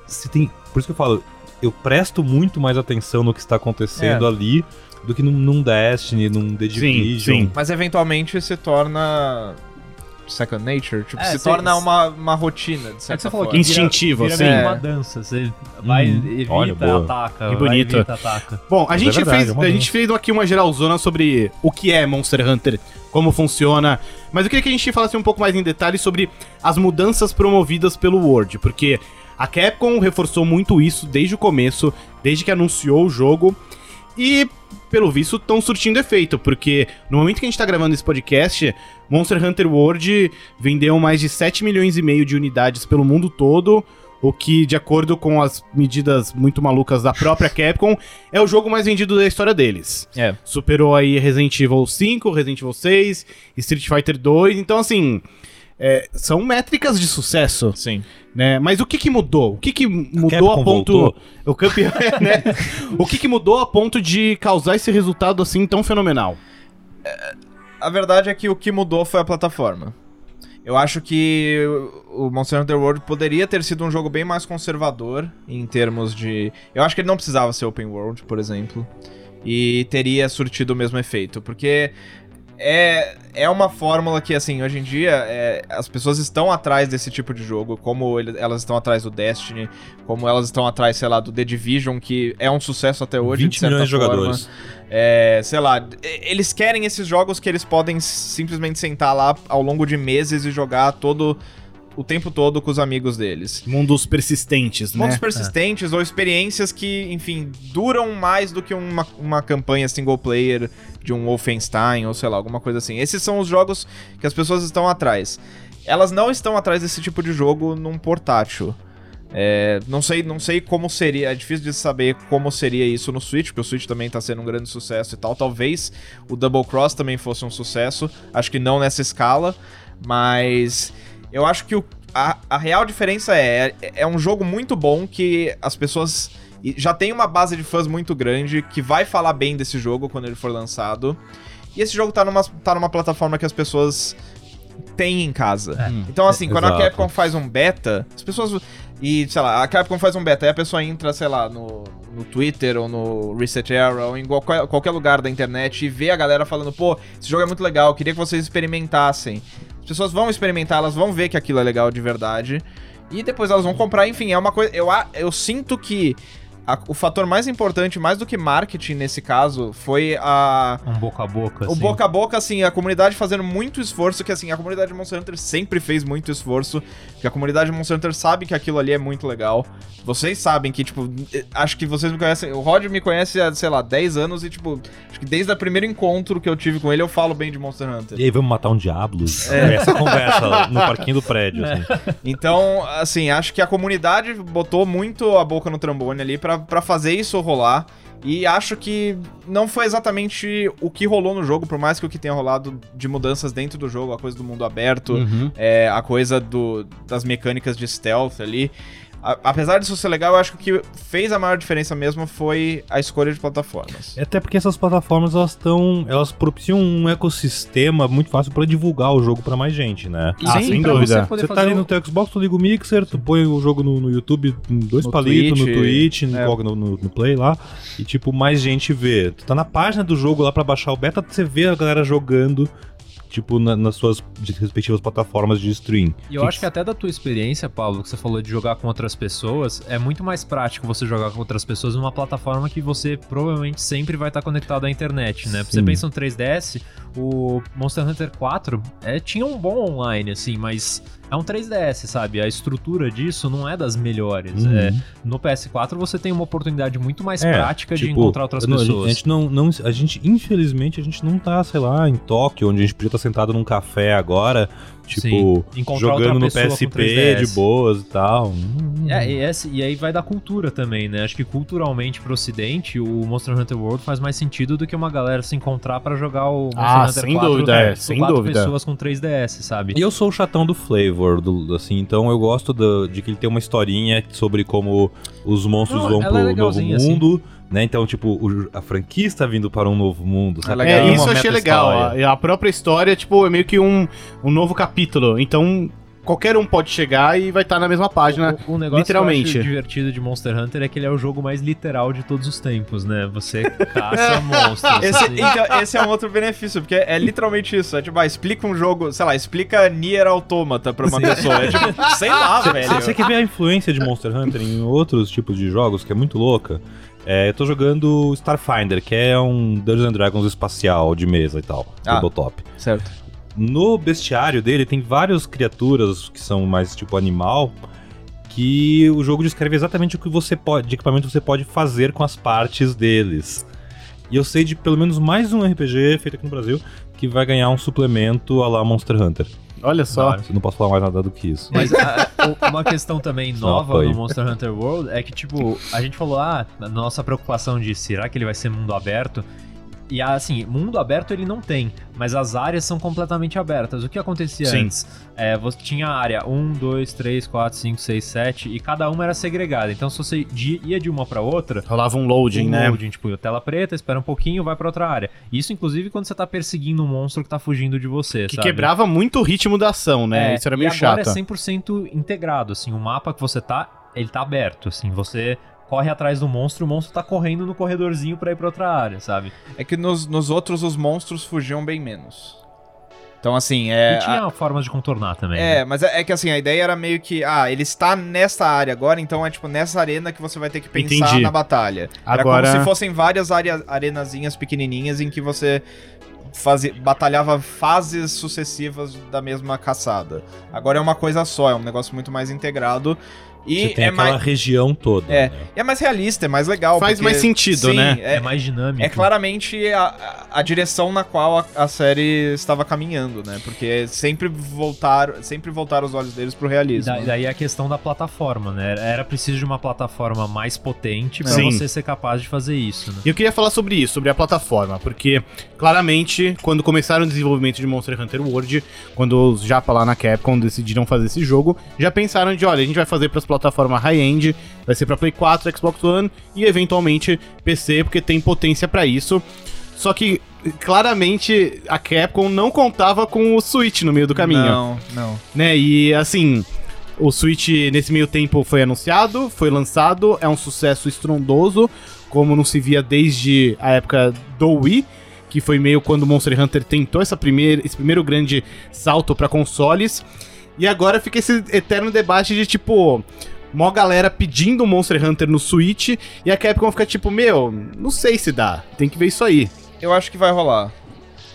Speaker 3: Se tem... Por isso que eu falo, eu presto muito mais atenção no que está acontecendo ali do que num, num Destiny, num The Division.
Speaker 1: É. sim.
Speaker 2: Mas eventualmente se torna second nature, tipo,
Speaker 4: É,
Speaker 2: se
Speaker 4: cê-
Speaker 2: torna uma, uma rotina, de certa
Speaker 4: É que você falou que
Speaker 2: forma.
Speaker 1: Instintivo,
Speaker 4: vira,
Speaker 1: assim.
Speaker 4: vira meio uma dança. Você vai,
Speaker 3: Uhum.
Speaker 4: evita,
Speaker 3: Olha, boa.
Speaker 4: ataca.
Speaker 1: Que
Speaker 4: vai,
Speaker 1: bonito.
Speaker 4: evita, ataca.
Speaker 1: Bom, a
Speaker 3: Mas é
Speaker 1: gente,
Speaker 3: verdade, é
Speaker 1: fez,
Speaker 3: uma
Speaker 1: a
Speaker 3: boa.
Speaker 1: gente fez aqui uma geralzona sobre o que é Monster Hunter, como funciona, mas eu queria que a gente falasse um pouco mais em detalhe sobre as mudanças promovidas pelo World, porque a Capcom reforçou muito isso desde o começo, desde que anunciou o jogo, e pelo visto estão surtindo efeito, porque no momento que a gente está gravando esse podcast, Monster Hunter World vendeu mais de 7 milhões e meio de unidades pelo mundo todo, o que, de acordo com as medidas muito malucas da própria Capcom, é o jogo mais vendido da história deles.
Speaker 2: É.
Speaker 1: Superou aí Resident Evil 5, Resident Evil 6, Street Fighter 2, então assim. é, são métricas de sucesso,
Speaker 2: Sim.
Speaker 1: né? Mas o que que mudou? O que que mudou a,
Speaker 3: Capcom
Speaker 1: ponto
Speaker 3: voltou.
Speaker 1: o campeão, é, né? O que que mudou a ponto de causar esse resultado assim tão fenomenal?
Speaker 2: A verdade é que o que mudou foi a plataforma. Eu acho que o Monster Hunter World poderia ter sido um jogo bem mais conservador em termos de. Eu acho que ele não precisava ser open world, por exemplo. E teria surtido o mesmo efeito. Porque é, é uma fórmula que, assim, hoje em dia é, as pessoas estão atrás desse tipo de jogo, como ele- elas estão atrás do Destiny, como elas estão atrás, sei lá, do The Division, que é um sucesso até hoje.
Speaker 3: 20
Speaker 2: de certa
Speaker 3: milhões de
Speaker 2: forma.
Speaker 3: jogadores.
Speaker 2: É, sei lá, e- eles querem esses jogos que eles podem simplesmente sentar lá ao longo de meses e jogar todo o tempo todo com os amigos deles.
Speaker 1: Mundos persistentes, né?
Speaker 2: Pontos persistentes ou experiências que, enfim, duram mais do que uma, uma campanha single player de um Wolfenstein ou sei lá, alguma coisa assim. Esses são os jogos que as pessoas estão atrás. Elas não estão atrás desse tipo de jogo num portátil. É, não sei, não sei como seria, é difícil de saber como seria isso no Switch, porque o Switch também tá sendo um grande sucesso e tal. Talvez o Double Cross também fosse um sucesso, acho que não nessa escala, mas eu acho que o- a, a real diferença é, é um jogo muito bom que as pessoas e já tem uma base de fãs muito grande que vai falar bem desse jogo quando ele for lançado. E esse jogo tá numa, tá numa plataforma que as pessoas têm em casa. Então, assim, quando
Speaker 3: Exato.
Speaker 2: a Capcom faz um beta, as pessoas. E, sei lá, a Capcom faz um beta, aí a pessoa entra, sei lá, no, no Twitter ou no Reset Era ou em qualquer, qualquer lugar da internet e vê a galera falando, pô, esse jogo é muito legal, queria que vocês experimentassem. As pessoas vão experimentar, elas vão ver que aquilo é legal de verdade. E depois elas vão comprar, enfim, é uma coisa. Eu, a- eu sinto que a- o fator mais importante, mais do que marketing nesse caso, foi a.
Speaker 4: Um boca a boca,
Speaker 2: O
Speaker 4: assim.
Speaker 2: boca a boca, assim, a comunidade fazendo muito esforço, que assim, a comunidade de Monster Hunter sempre fez muito esforço, porque a comunidade de Monster Hunter sabe que aquilo ali é muito legal. Vocês sabem que, tipo, eh, acho que vocês me conhecem, o Rod me conhece há, sei lá, 10 anos e, tipo, acho que desde o primeiro encontro que eu tive com ele, eu falo bem de Monster Hunter.
Speaker 3: E aí, vamos matar um diabo? É. Essa conversa lá no parquinho do prédio,
Speaker 1: É.
Speaker 3: assim.
Speaker 2: Então, assim, acho que a comunidade botou muito a boca no trambone ali pra pra fazer isso rolar. E acho que não foi exatamente o que rolou no jogo, por mais que o que tenha rolado de mudanças dentro do jogo, a coisa do mundo aberto,
Speaker 1: Hum.
Speaker 2: é, a coisa do, das mecânicas de stealth ali. A- apesar disso ser legal, eu acho que o que fez a maior diferença mesmo foi a escolha de plataformas.
Speaker 3: É, Até porque essas plataformas elas estão, elas propiciam um ecossistema muito fácil pra divulgar o jogo pra mais gente, né?
Speaker 4: E
Speaker 1: Ah,
Speaker 4: sim,
Speaker 1: sem
Speaker 4: pra
Speaker 1: dúvida.
Speaker 4: Você, poder
Speaker 3: Você tá
Speaker 4: fazer
Speaker 3: ali
Speaker 4: o-
Speaker 3: no teu Xbox, tu liga o mixer, tu põe o jogo no, no YouTube, em dois
Speaker 2: No
Speaker 3: palitos,
Speaker 2: Twitch,
Speaker 3: no Twitch, no-
Speaker 2: é.
Speaker 3: logo no, no- no Play lá, e tipo, mais gente vê. Tu tá na página do jogo lá pra baixar o beta, você vê a galera jogando, tipo, na- nas suas respectivas plataformas de stream.
Speaker 4: E eu acho que até da tua experiência, Paulo, que você falou de jogar com outras pessoas, é muito mais prático você jogar com outras pessoas numa plataforma que você provavelmente sempre vai estar conectado à internet, né? Você
Speaker 3: Sim.
Speaker 4: pensa no 3DS, o Monster Hunter 4 é, tinha um bom online, assim, mas é um 3DS, sabe? A estrutura disso não é das melhores.
Speaker 3: Uhum.
Speaker 4: É, no PS4 você tem uma oportunidade muito mais
Speaker 3: É,
Speaker 4: prática de
Speaker 3: Tipo,
Speaker 4: encontrar outras
Speaker 3: não, a gente-
Speaker 4: pessoas.
Speaker 3: A gente não, não- a gente, infelizmente, a gente não tá, sei lá, em Tóquio, onde a gente podia estar sentado num café agora, tipo,
Speaker 4: Sim, encontrar outra
Speaker 3: jogando no
Speaker 4: pessoa com
Speaker 3: PSP
Speaker 4: 3DS.
Speaker 3: de boas e tal. Hum.
Speaker 4: É, e, essa- e aí vai da cultura também, né? Acho que culturalmente pro ocidente, o Monster Hunter World faz mais sentido do que uma galera se encontrar pra jogar o Monster
Speaker 1: Ah,
Speaker 4: Hunter
Speaker 1: sem
Speaker 4: 4
Speaker 1: dúvida,
Speaker 4: com
Speaker 1: é, sem
Speaker 4: quatro
Speaker 1: dúvida.
Speaker 4: pessoas com 3DS, sabe?
Speaker 3: E eu sou o chatão do flavor, do- assim, então eu gosto do- de que ele tem uma historinha sobre como os monstros
Speaker 4: Não,
Speaker 3: vão
Speaker 4: ela é
Speaker 3: pro novo
Speaker 4: legalzinha,
Speaker 3: mundo, né? Então, tipo, o- a franquia está vindo para um novo mundo, sabe?
Speaker 2: legal.
Speaker 3: Tem
Speaker 1: É,
Speaker 3: uma
Speaker 1: isso eu achei legal.
Speaker 3: meta-história.
Speaker 1: A, a própria história, tipo, é meio que um, um novo capítulo. Então, qualquer um pode chegar e vai estar na mesma página.
Speaker 4: O, o negócio
Speaker 1: literalmente.
Speaker 4: que eu acho divertido de Monster Hunter é que ele é o jogo mais literal de todos os tempos, né? Você caça monstros.
Speaker 2: Esse,
Speaker 4: assim.
Speaker 2: então, esse é um outro benefício, porque é literalmente isso. É tipo, ah, explica um jogo, sei lá, explica Nier Automata pra uma pessoa. É tipo, sei lá, velho.
Speaker 3: Você quer ver a influência de Monster Hunter em outros tipos de jogos, que é muito louca? É, eu tô jogando Starfinder, que é um Dungeons and Dragons espacial de mesa e tal,
Speaker 2: Ah.
Speaker 3: tabletop.
Speaker 2: Certo.
Speaker 3: No bestiário dele tem várias criaturas que são mais tipo animal, que o jogo descreve exatamente o que você pode, de equipamento você pode fazer com as partes deles. E eu sei de pelo menos mais um RPG feito aqui no Brasil que vai ganhar um suplemento a lá Monster Hunter.
Speaker 1: Olha só.
Speaker 3: Eu não posso falar mais nada do que isso.
Speaker 4: Mas
Speaker 1: É.
Speaker 4: a- o- uma questão também
Speaker 3: Só
Speaker 4: nova
Speaker 3: apoio.
Speaker 4: do Monster Hunter World é que, tipo, a gente falou, ah, a nossa preocupação de será que ele vai ser mundo aberto? E assim, mundo aberto ele não tem, mas as áreas são completamente abertas. O que acontecia
Speaker 1: Sim.
Speaker 4: antes? É, você tinha a área 1, 2, 3, 4, 5, 6, 7 e cada uma era segregada. Então se você de- ia de uma pra outra,
Speaker 1: Rolava um loading,
Speaker 4: um
Speaker 1: né?
Speaker 4: loading, tipo, tela preta, espera um pouquinho, vai pra outra área. Isso inclusive quando você tá perseguindo um monstro que tá fugindo de você,
Speaker 1: Que
Speaker 4: sabe?
Speaker 1: quebrava muito o ritmo da ação, né?
Speaker 4: É,
Speaker 1: Isso era
Speaker 4: e
Speaker 1: meio
Speaker 4: agora
Speaker 1: chato.
Speaker 4: é 100% integrado, assim, o mapa que você tá, ele tá aberto, assim, você corre atrás do monstro, o monstro tá correndo no corredorzinho pra ir pra outra área, sabe?
Speaker 2: É que nos, nos outros os monstros fugiam bem menos. Então, assim, é.
Speaker 4: e tinha formas de contornar também. né?
Speaker 2: É, mas é, é que assim, a ideia era meio que, ah, ele está nessa área agora, então é tipo nessa arena que você vai ter que pensar
Speaker 1: Entendi.
Speaker 2: na batalha.
Speaker 1: Agora-
Speaker 2: Era como se fossem várias áreas, arenazinhas pequenininhas em que você fazia, batalhava fases sucessivas da mesma caçada. Agora é uma coisa só, é um negócio muito mais integrado
Speaker 3: Você
Speaker 2: e
Speaker 3: tem
Speaker 2: é
Speaker 3: aquela
Speaker 2: mais,
Speaker 3: região toda.
Speaker 2: É.
Speaker 3: né?
Speaker 2: é mais realista, é mais legal.
Speaker 1: Faz mais sentido,
Speaker 2: sim,
Speaker 1: né?
Speaker 4: É,
Speaker 2: É,
Speaker 4: mais dinâmico.
Speaker 2: é claramente a, a- a direção na qual a, a série estava caminhando, né? Porque sempre voltaram, sempre voltaram os olhos deles pro
Speaker 4: E
Speaker 2: realismo. né?
Speaker 4: da- daí é a questão da plataforma, né? Era preciso de uma plataforma mais potente pra
Speaker 1: Sim.
Speaker 4: você ser capaz de fazer isso, né?
Speaker 1: E eu queria falar sobre isso, sobre a plataforma, porque claramente, quando começaram o desenvolvimento de Monster Hunter World, quando os japa lá na Capcom decidiram fazer esse jogo, já pensaram de, olha, a gente vai fazer para as plataformas high-end, vai ser para Play 4, Xbox One e eventualmente PC, porque tem potência para isso. Só que claramente a Capcom não contava com o Switch no meio do caminho
Speaker 2: Não, não.
Speaker 1: né? E assim, o Switch nesse meio tempo foi anunciado, foi lançado, é um sucesso estrondoso, como não se via desde a época do Wii, que foi meio quando Monster Hunter tentou essa primeira, esse primeiro grande salto para consoles. E agora fica esse eterno debate de tipo, mó galera pedindo o Monster Hunter no Switch, e a Capcom fica tipo, meu, não sei se dá, tem que ver isso aí.
Speaker 2: Eu acho que vai rolar.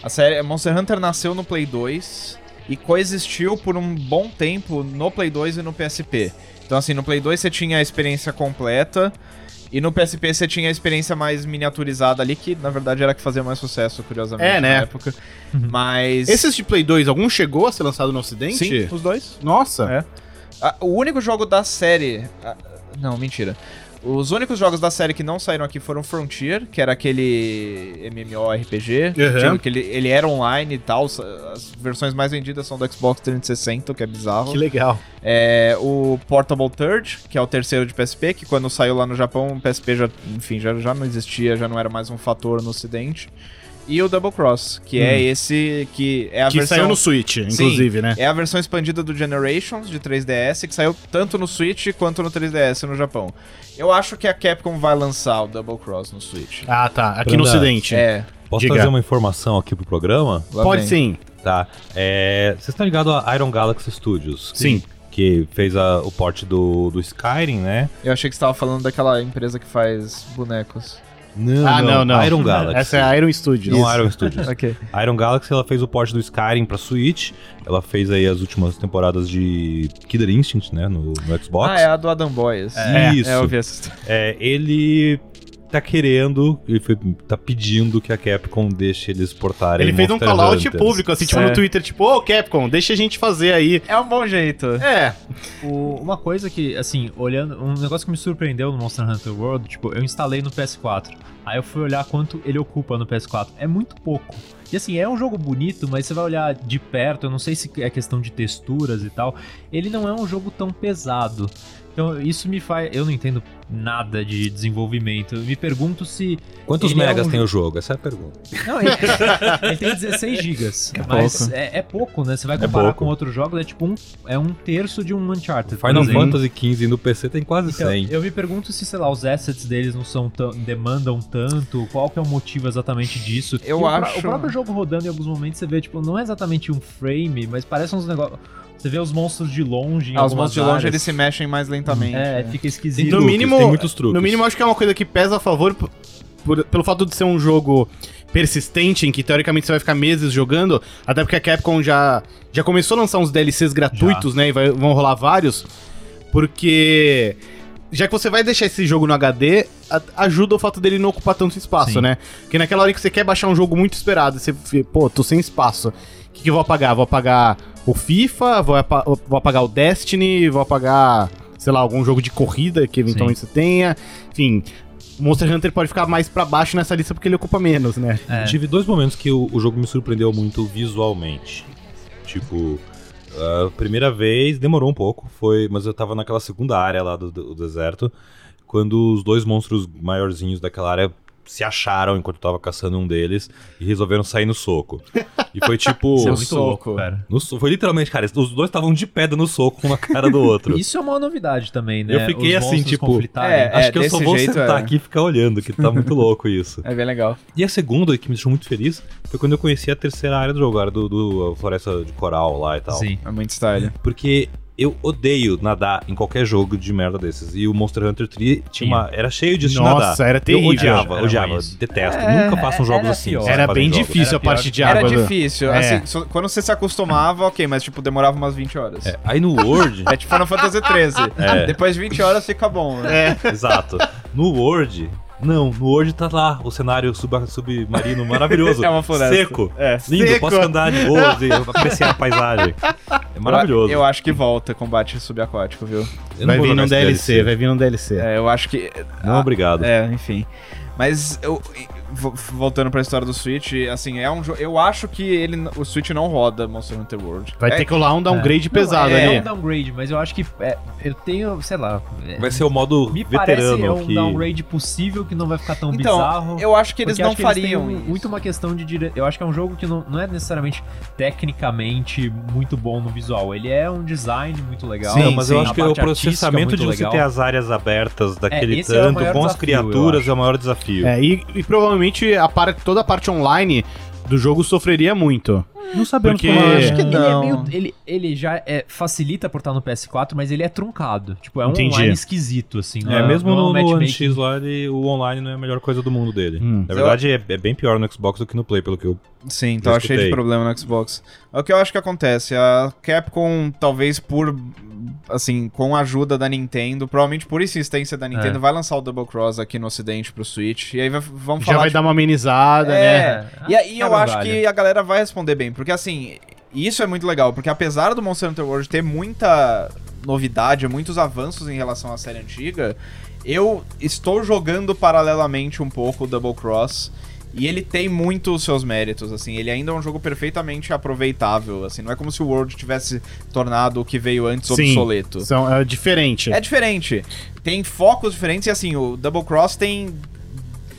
Speaker 2: A série Monster Hunter nasceu no Play 2 e coexistiu por um bom tempo no Play 2 e no PSP. Então assim, no Play 2 você tinha a experiência completa e no PSP você tinha a experiência mais miniaturizada ali, que na verdade era a que fazia mais sucesso, curiosamente,
Speaker 1: É, né?
Speaker 2: na época. Mas...
Speaker 1: Esses de Play 2, algum chegou a ser lançado no Ocidente?
Speaker 2: Sim, os dois.
Speaker 1: Nossa.
Speaker 2: É. Ah, o único jogo da série. ah, não, mentira. Os únicos jogos da série que não saíram aqui foram Frontier, que era aquele MMORPG,
Speaker 1: Uhum.
Speaker 2: tipo, que ele, ele era online e tal. s- As versões mais vendidas são do Xbox 360, o que é bizarro.
Speaker 1: Que legal.
Speaker 2: É, o Portable Third, que é o terceiro de PSP, que quando saiu lá no Japão, o PSP já, enfim, já, já não existia, já não era mais um fator no ocidente. E o Double Cross, que é esse que é a
Speaker 1: Hum. que
Speaker 2: versão
Speaker 1: saiu no Switch, inclusive, né?
Speaker 2: é a versão expandida do Generations de 3DS, que saiu tanto no Switch quanto no 3DS no Japão. Eu acho que a Capcom vai lançar o Double Cross no Switch.
Speaker 1: Ah, tá. Aqui no
Speaker 3: Brandão.
Speaker 1: Ocidente.
Speaker 2: É,
Speaker 3: Posso
Speaker 1: Diga.
Speaker 3: trazer uma informação aqui pro programa?
Speaker 2: lá
Speaker 1: Pode
Speaker 2: vem.
Speaker 1: sim.
Speaker 3: Tá. É, vocês estão ligados a Iron Galaxy Studios? que-
Speaker 1: Sim.
Speaker 3: Que fez a- o port do, do Skyrim, né?
Speaker 2: Eu achei que você tava falando daquela empresa que faz bonecos.
Speaker 3: Não,
Speaker 1: Ah, não, não.
Speaker 3: Iron Galaxy.
Speaker 1: Essa é a Iron Studios.
Speaker 3: Não Iron Studios.
Speaker 2: Ok.
Speaker 3: A Iron Galaxy ela fez o port do Skyrim pra Switch. Ela fez aí as últimas temporadas de Killer Instinct, né? No, no Xbox.
Speaker 2: Ah, é a do Adam Boyes.
Speaker 3: É. Isso.
Speaker 2: É, eu vi essa história.
Speaker 3: É, ele tá querendo, ele foi- tá pedindo que a Capcom deixe eles portarem
Speaker 1: Ele fez um
Speaker 3: Monster
Speaker 1: call-out
Speaker 3: Hunters.
Speaker 1: público, assim, tipo
Speaker 2: É.
Speaker 1: no Twitter, tipo, ô Capcom, deixa a gente fazer aí.
Speaker 2: É um bom jeito.
Speaker 1: É,
Speaker 4: O- uma coisa que, assim, olhando. Um negócio que me surpreendeu no Monster Hunter World, tipo, eu instalei no PS4. Aí eu fui olhar quanto ele ocupa no PS4. É muito pouco. E assim, é um jogo bonito, mas você vai olhar de perto, eu não sei se é questão de texturas e tal. Ele não é um jogo tão pesado. Então, isso me faz. Eu não entendo nada de desenvolvimento. Eu me pergunto se.
Speaker 3: Quantos
Speaker 4: Ele é
Speaker 3: megas
Speaker 4: um-
Speaker 3: tem o jogo? Essa é a pergunta.
Speaker 4: Não, ele, ele tem 16 gigas.
Speaker 2: É
Speaker 4: mas
Speaker 2: pouco.
Speaker 4: É, é pouco, né? Você vai comparar
Speaker 3: pouco.
Speaker 4: com outros jogos, é tipo um, é um terço de um Uncharted. por
Speaker 3: Final
Speaker 4: exemplo.
Speaker 3: Fantasy XV no PC tem quase
Speaker 4: Então,
Speaker 3: 100.
Speaker 4: eu me pergunto se, sei lá, os assets deles não são tão, demandam tanto, qual que é o motivo exatamente disso.
Speaker 2: Eu
Speaker 4: E o pró-
Speaker 2: acho-
Speaker 4: o próprio jogo rodando em alguns momentos você vê, tipo, não é exatamente um frame, mas parece uns negócios... Você vê os monstros de longe em
Speaker 2: Ah, os
Speaker 4: algumas
Speaker 2: monstros de longe
Speaker 4: áreas.
Speaker 2: eles se mexem mais lentamente.
Speaker 4: É,
Speaker 2: né?
Speaker 4: fica
Speaker 1: Tem
Speaker 4: esquisito.
Speaker 1: no mínimo-
Speaker 3: tem muitos truques.
Speaker 1: no mínimo acho que é uma coisa que pesa a favor p- por- pelo fato de ser um jogo persistente, em que teoricamente você vai ficar meses jogando, até porque a Capcom já, já começou a lançar uns DLCs gratuitos, né, e vai- vão rolar vários, porque... Já que você vai deixar esse jogo no HD, a- ajuda o fato dele não ocupar tanto espaço,
Speaker 4: Sim.
Speaker 1: né? Porque naquela hora que você quer baixar um jogo muito esperado, você, fica, pô, tô sem espaço. O que, que eu vou apagar? Vou apagar o FIFA, vou, apa- vou apagar o Destiny, vou apagar, sei lá, algum jogo de corrida que eventualmente você tenha. Enfim, Monster Hunter pode ficar mais pra baixo nessa lista porque ele ocupa menos, né?
Speaker 4: É.
Speaker 3: Tive dois momentos que o, o jogo me surpreendeu muito visualmente. Tipo, a primeira vez demorou um pouco, foi, mas eu tava naquela segunda área lá do, do deserto, quando os dois monstros maiorzinhos daquela área se acharam enquanto eu tava caçando um deles e resolveram sair no soco. E foi tipo.
Speaker 4: Isso é
Speaker 2: o
Speaker 4: muito louco,
Speaker 2: soco.
Speaker 4: cara.
Speaker 3: no so- foi literalmente, cara, os dois estavam de pedra no soco um na cara do outro.
Speaker 4: Isso é uma novidade também, né?
Speaker 3: Eu fiquei
Speaker 4: Os
Speaker 3: assim,
Speaker 4: monstros
Speaker 3: tipo,
Speaker 4: conflitarem.
Speaker 2: é,
Speaker 3: Acho que eu só
Speaker 2: desse
Speaker 3: vou
Speaker 2: jeito,
Speaker 3: sentar
Speaker 2: é.
Speaker 3: aqui e ficar olhando, que tá muito louco isso.
Speaker 2: É bem legal.
Speaker 3: E a segunda, que me deixou muito feliz, foi quando eu conheci a terceira área do jogo, a área do, do- a floresta de coral lá e tal.
Speaker 4: Sim.
Speaker 2: É muito style.
Speaker 3: Porque eu odeio nadar em qualquer jogo de merda desses. E o Monster Hunter 3 tinha uma, era cheio disso de nadar.
Speaker 1: Nossa, era terrível.
Speaker 3: Eu odiava,
Speaker 4: Era
Speaker 3: odiava,
Speaker 4: ruim isso.
Speaker 3: detesto.
Speaker 2: É,
Speaker 3: Nunca façam jogos
Speaker 4: era
Speaker 3: assim.
Speaker 4: pior.
Speaker 3: sabe,
Speaker 1: Era
Speaker 3: fazem
Speaker 1: bem
Speaker 3: jogos.
Speaker 1: difícil
Speaker 4: Era
Speaker 1: a parte
Speaker 4: pior.
Speaker 1: de
Speaker 2: Era
Speaker 1: água. né?
Speaker 2: difícil.
Speaker 1: É.
Speaker 2: Assim, só- quando você se acostumava, ok, mas tipo, demorava umas 20 horas.
Speaker 3: É, aí no World,
Speaker 2: É tipo Final Fantasy XIII.
Speaker 3: É.
Speaker 2: Depois de 20 horas fica bom, né?
Speaker 3: exato. No World, não, no World tá lá o cenário sub- submarino maravilhoso.
Speaker 2: É uma floresta.
Speaker 3: Seco.
Speaker 2: É.
Speaker 3: Lindo, eu
Speaker 1: Seco.
Speaker 3: posso andar de boas e apreciar a paisagem. É maravilhoso.
Speaker 2: Eu, eu acho que volta combate subaquático, viu?
Speaker 3: Eu não
Speaker 1: Vai
Speaker 3: vou
Speaker 1: vir
Speaker 3: jogar
Speaker 1: num
Speaker 3: esse
Speaker 1: DLC, vai vir num DLC.
Speaker 2: É, eu acho que.
Speaker 3: Não, obrigado.
Speaker 2: É, enfim. Mas eu e, vo- voltando pra história do Switch, assim, é um jogo. Eu acho que ele n- o Switch não roda Monster Hunter World.
Speaker 1: Vai
Speaker 2: É-
Speaker 1: ter que rolar um downgrade
Speaker 4: Não,
Speaker 1: pesado
Speaker 4: é,
Speaker 1: ali.
Speaker 4: é um downgrade, mas eu acho que é, eu tenho, sei lá. é,
Speaker 3: Vai ser o modo
Speaker 4: me
Speaker 3: veterano
Speaker 4: parece é um
Speaker 3: que.
Speaker 4: downgrade possível que não vai ficar tão
Speaker 2: Então,
Speaker 4: bizarro.
Speaker 2: eu acho que eles
Speaker 4: Porque
Speaker 2: não
Speaker 4: acho que
Speaker 2: fariam
Speaker 4: têm um-
Speaker 2: isso.
Speaker 4: muito uma questão de dire... Eu acho que é um jogo que não, não é necessariamente tecnicamente muito bom no visual. Ele é um design muito legal.
Speaker 3: Não, mas eu
Speaker 4: Sim,
Speaker 3: acho
Speaker 4: a
Speaker 3: que o
Speaker 4: parte
Speaker 3: processamento
Speaker 4: artística
Speaker 3: de
Speaker 4: é muito
Speaker 3: você
Speaker 4: legal.
Speaker 3: ter as áreas abertas daquele
Speaker 4: esse é o
Speaker 3: tanto
Speaker 4: maior
Speaker 3: com as
Speaker 4: desafio, eu
Speaker 3: criaturas
Speaker 4: acho.
Speaker 3: é o maior desafio.
Speaker 1: É, e, e provavelmente a par- toda a parte online do jogo sofreria muito.
Speaker 3: Não sabemos
Speaker 1: Porque-
Speaker 3: como
Speaker 2: Acho que
Speaker 4: Ele,
Speaker 2: não.
Speaker 4: é meio, ele, ele já é, facilita por estar no PS4, mas ele é truncado. Tipo, é um
Speaker 1: Entendi.
Speaker 4: online esquisito, assim. não
Speaker 3: É, mesmo
Speaker 4: não
Speaker 3: no,
Speaker 4: um
Speaker 3: no One
Speaker 4: matchmaking.
Speaker 3: X lá, ele- o online não é a melhor coisa do mundo dele.
Speaker 1: Hum.
Speaker 3: Na verdade, é, é bem pior no Xbox do que no Play, pelo que eu.
Speaker 2: Sim, tava cheio de
Speaker 3: escutei.
Speaker 2: problema no Xbox. É O que eu acho que acontece, a Capcom, talvez por, assim, com a ajuda da Nintendo, provavelmente por insistência da Nintendo, vai lançar o Double Cross aqui no ocidente pro Switch, e aí vai- vamos
Speaker 1: Já
Speaker 2: falar...
Speaker 1: vai
Speaker 2: de-
Speaker 1: dar uma amenizada, né?
Speaker 2: É, e aí
Speaker 4: Ah,
Speaker 2: eu
Speaker 4: cara,
Speaker 2: acho
Speaker 4: vale.
Speaker 2: que a galera vai responder bem, porque assim, isso é muito legal, porque apesar do Monster Hunter World ter muita novidade, muitos avanços em relação à série antiga, eu estou jogando paralelamente um pouco o Double Cross. E ele tem muito os seus méritos, assim, ele ainda é um jogo perfeitamente aproveitável, assim, não é como se o World tivesse tornado o que veio antes
Speaker 1: Sim.
Speaker 2: obsoleto.
Speaker 1: São, é diferente.
Speaker 2: É diferente. Tem focos diferentes e assim, o Double Cross tem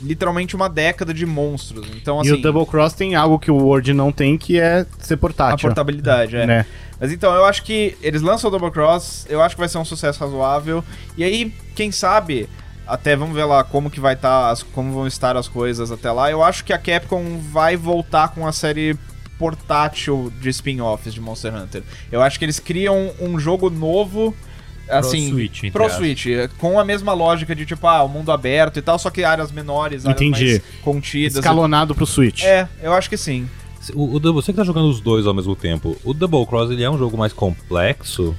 Speaker 2: literalmente uma década de monstros. Então, assim,
Speaker 1: e o Double Cross tem algo que o Word não tem, que é ser
Speaker 2: a
Speaker 1: portátil.
Speaker 2: portabilidade, é.
Speaker 1: né?
Speaker 2: Mas então, eu acho que eles lançam o Double Cross, eu acho que vai ser um sucesso razoável. E aí, quem sabe, até vamos ver lá como que vai estar, as, como vão estar as coisas até lá. Eu acho que a Capcom vai voltar com a série portátil de spin-offs de Monster Hunter. Eu acho que eles criam um jogo novo, assim,
Speaker 4: Pro Switch, entre
Speaker 2: Pro
Speaker 4: aspas.
Speaker 2: Switch, com a mesma lógica de tipo, ah, o mundo aberto e tal, só que áreas menores, áreas
Speaker 1: Entendi.
Speaker 2: mais contidas.
Speaker 1: Escalonado pro Switch.
Speaker 2: É, eu acho que sim.
Speaker 3: O, o Double- você que tá jogando os dois ao mesmo tempo, o Double Cross ele é um jogo mais complexo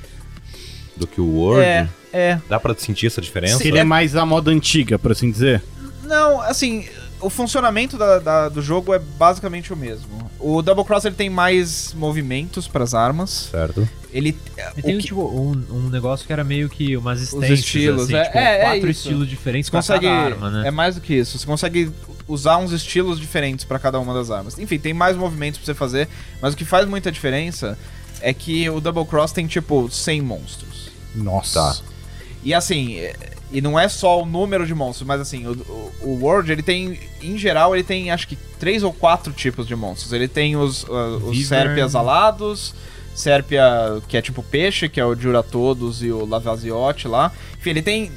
Speaker 3: do que o World?
Speaker 2: É, é.
Speaker 3: Dá pra sentir essa diferença?
Speaker 1: Que ele é mais a moda antiga, por assim dizer.
Speaker 2: Não, assim, o funcionamento da- da- do jogo é basicamente o mesmo. O Double Cross ele tem mais movimentos pras armas.
Speaker 3: Certo.
Speaker 2: Ele
Speaker 4: E
Speaker 2: o
Speaker 4: tem,
Speaker 2: que-
Speaker 4: tipo, um, um negócio que era meio que umas extensas,
Speaker 2: estilos,
Speaker 4: assim,
Speaker 2: é-
Speaker 4: tipo,
Speaker 2: é, é
Speaker 4: quatro
Speaker 2: isso.
Speaker 4: estilos diferentes
Speaker 2: você
Speaker 4: pra
Speaker 2: consegue
Speaker 4: cada arma, né?
Speaker 2: é mais do que isso. Você consegue usar uns estilos diferentes pra cada uma das armas. Enfim, tem mais movimentos pra você fazer, mas o que faz muita diferença é que o Double Cross tem tipo 100 monstros.
Speaker 1: Nossa.
Speaker 3: Tá.
Speaker 2: E assim, é- e não é só o número de monstros, mas assim, o, o, o World, ele tem, em geral, ele tem acho que três ou quatro tipos de monstros. Ele tem os, uh, os
Speaker 4: Viver.
Speaker 2: Sérpias alados, Sérpia que é tipo peixe, que é o Juratodos e o Lavaziote lá. Enfim, ele tem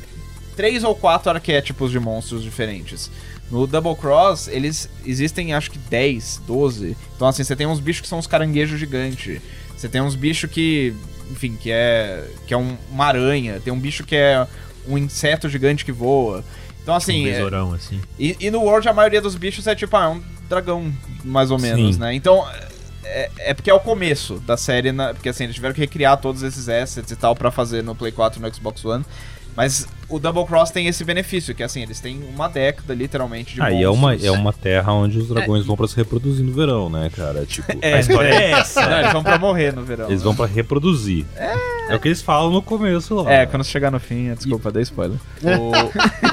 Speaker 2: três ou quatro arquétipos de monstros diferentes. No Double Cross, eles existem acho que 10, 12. Então assim, você tem uns bichos que são os caranguejos gigantes. Você tem uns bichos que, enfim, que é que é um- uma aranha, tem um bicho que é um inseto gigante que voa. Então assim,
Speaker 4: um
Speaker 2: é-
Speaker 4: besourão, assim.
Speaker 2: e, e no World a maioria dos bichos é tipo, ah, é um dragão, mais ou menos,
Speaker 3: Sim.
Speaker 2: né? Então, é, é porque é o começo da série, na- porque assim, eles tiveram que recriar todos esses assets e tal pra fazer no Play 4 e no Xbox One. Mas o Double Cross tem esse benefício, que assim, eles têm uma década, literalmente, de
Speaker 3: Aí é uma,
Speaker 2: monstros.
Speaker 3: é uma terra onde os dragões vão pra se reproduzir no verão, né, cara? Tipo,
Speaker 2: É,
Speaker 3: a história é essa.
Speaker 2: Não, eles vão pra morrer no verão.
Speaker 3: Eles
Speaker 2: né?
Speaker 3: vão pra reproduzir. É. o que eles falam no começo lá.
Speaker 2: É, quando chegar no fim, é- desculpa, dei spoiler.
Speaker 4: O,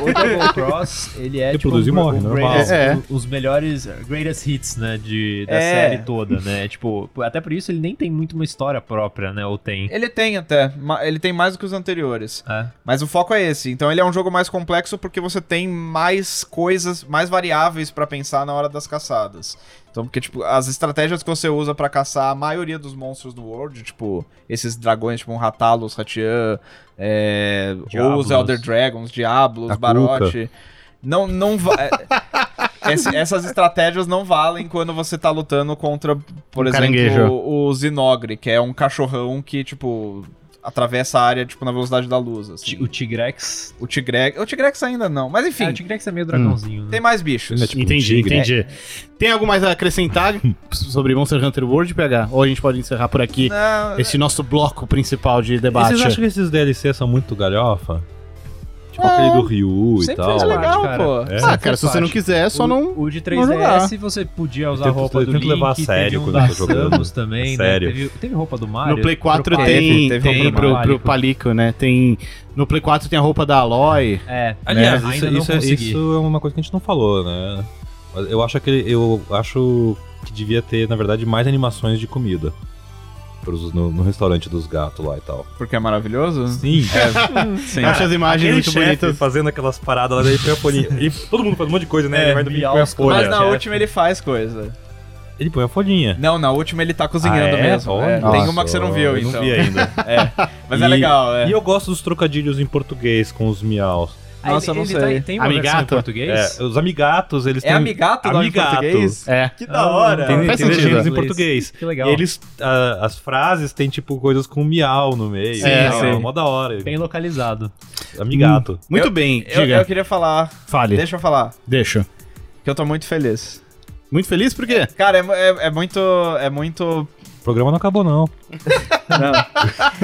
Speaker 4: o Double Cross, ele é
Speaker 3: Ele
Speaker 4: tipo
Speaker 3: produz e
Speaker 4: o-
Speaker 3: morre,
Speaker 4: o
Speaker 3: normal.
Speaker 4: greatest-
Speaker 1: É.
Speaker 4: o- os melhores, greatest hits, né, de, da
Speaker 2: É.
Speaker 4: série toda, né? Tipo, até por isso ele nem tem muito uma história própria, né? Ou tem.
Speaker 2: Ele tem até, ma- ele tem mais do que os anteriores.
Speaker 4: É.
Speaker 2: Mas o foco é esse. Então ele é um jogo mais complexo porque você tem mais coisas, mais variáveis pra pensar na hora das caçadas. Então, porque, tipo, as estratégias que você usa pra caçar a maioria dos monstros do World, tipo, esses dragões, tipo, um Ratalos, Ratian, é, ou os
Speaker 4: Diablos.
Speaker 2: Elder Dragons, Diablos,
Speaker 3: A
Speaker 2: Barote. Não, não va- é- esse- Essas estratégias não valem quando você tá lutando contra, por
Speaker 1: Um caranguejo.
Speaker 2: exemplo, o, o Zinogre, que é um cachorrão que, tipo, atravessa a área, tipo, na velocidade da luz, assim.
Speaker 4: Ti- O Tigrex.
Speaker 2: O Tigrex. O Tigrex ainda não, mas enfim, Hum.
Speaker 4: Ah, o Tigrex é meio dragãozinho, né?
Speaker 2: tem mais bichos.
Speaker 3: É tipo um
Speaker 1: entendi,
Speaker 3: tigre.
Speaker 1: entendi.
Speaker 2: É.
Speaker 1: Tem algo mais a acrescentar sobre Monster Hunter World, PH? Ou a gente pode encerrar por aqui
Speaker 2: Não,
Speaker 1: esse nosso bloco principal de
Speaker 3: E
Speaker 1: debate?
Speaker 3: vocês acham que esses DLC são muito galhofa? Tipo aquele do Ryu e
Speaker 2: sempre
Speaker 3: tal.
Speaker 2: fez legal,
Speaker 4: cara.
Speaker 2: pô.
Speaker 3: É.
Speaker 1: Ah, cara, se você não quiser, só
Speaker 4: o,
Speaker 1: não.
Speaker 4: O de
Speaker 1: jogar.
Speaker 4: 3DS você podia usar
Speaker 3: Eu
Speaker 4: a
Speaker 3: tento-
Speaker 4: roupa
Speaker 3: eu
Speaker 4: do
Speaker 3: tento
Speaker 4: Link,
Speaker 3: levar a
Speaker 4: teve
Speaker 3: sério
Speaker 4: um
Speaker 3: quando eu
Speaker 4: da
Speaker 3: tô jogando.
Speaker 4: Samus também,
Speaker 3: Sério.
Speaker 4: né? Teve, teve roupa do Mario.
Speaker 1: No Play 4
Speaker 4: Pro
Speaker 1: tem,
Speaker 2: Teve, um teve
Speaker 1: tem
Speaker 2: roupa
Speaker 1: pro,
Speaker 4: do
Speaker 1: pro
Speaker 4: Mario.
Speaker 1: Palico, né? Tem. No Play 4 tem a roupa da Aloy.
Speaker 4: É,
Speaker 3: Aliás,
Speaker 4: né?
Speaker 3: isso,
Speaker 4: ainda não
Speaker 3: isso é-
Speaker 4: consegui.
Speaker 3: isso é uma coisa que a gente não falou, né? Mas Eu acho que ele- eu acho que devia ter, na verdade, mais animações de comida. Pros- No, no restaurante dos gatos lá e tal. É,
Speaker 2: Porque é maravilhoso?
Speaker 3: Sim,
Speaker 2: Sim.
Speaker 1: Eu acho as imagens muito bonitas.
Speaker 3: fazendo aquelas paradas lá, daí põe a folhinha. E todo mundo faz um monte de coisa, né?
Speaker 4: É,
Speaker 3: ele vai dormir e põe a
Speaker 4: miaus,
Speaker 3: folha.
Speaker 2: mas na última ele faz coisa.
Speaker 3: Ele põe a folhinha.
Speaker 2: Não, na última ele tá cozinhando
Speaker 3: Ah, é?
Speaker 2: mesmo. é.
Speaker 3: Olha
Speaker 2: Tem
Speaker 3: só,
Speaker 2: uma que você não viu,
Speaker 3: eu
Speaker 2: então.
Speaker 3: Não vi ainda.
Speaker 2: Mas é
Speaker 3: E-
Speaker 2: legal, é.
Speaker 3: E eu gosto dos trocadilhos em português com os miaus.
Speaker 2: Nossa, eu não
Speaker 4: tá-
Speaker 2: sei.
Speaker 4: tem uma
Speaker 1: Amigato?
Speaker 4: versão em português?
Speaker 3: É, os amigatos, eles
Speaker 2: É
Speaker 3: têm. um
Speaker 2: amigato o nome em
Speaker 3: Amigato. Ah,
Speaker 2: português?
Speaker 1: É.
Speaker 2: Que da hora.
Speaker 3: Tem,
Speaker 1: Faz
Speaker 3: tem
Speaker 1: sentido.
Speaker 3: legendas em português.
Speaker 4: Que legal.
Speaker 3: Eles, ah, as frases têm, tipo, coisas com miau no meio.
Speaker 1: Sim,
Speaker 3: É,
Speaker 1: sim.
Speaker 3: mó da hora.
Speaker 4: Bem localizado.
Speaker 3: Amigato.
Speaker 1: Muito bem,
Speaker 2: Eu,
Speaker 1: diga.
Speaker 2: eu queria falar,
Speaker 1: Fale.
Speaker 2: deixa eu falar,
Speaker 1: Deixa.
Speaker 2: que eu tô muito feliz.
Speaker 1: Muito feliz por quê?
Speaker 2: Cara, é, mu- é- é muito. É muito.
Speaker 3: O programa não acabou, não.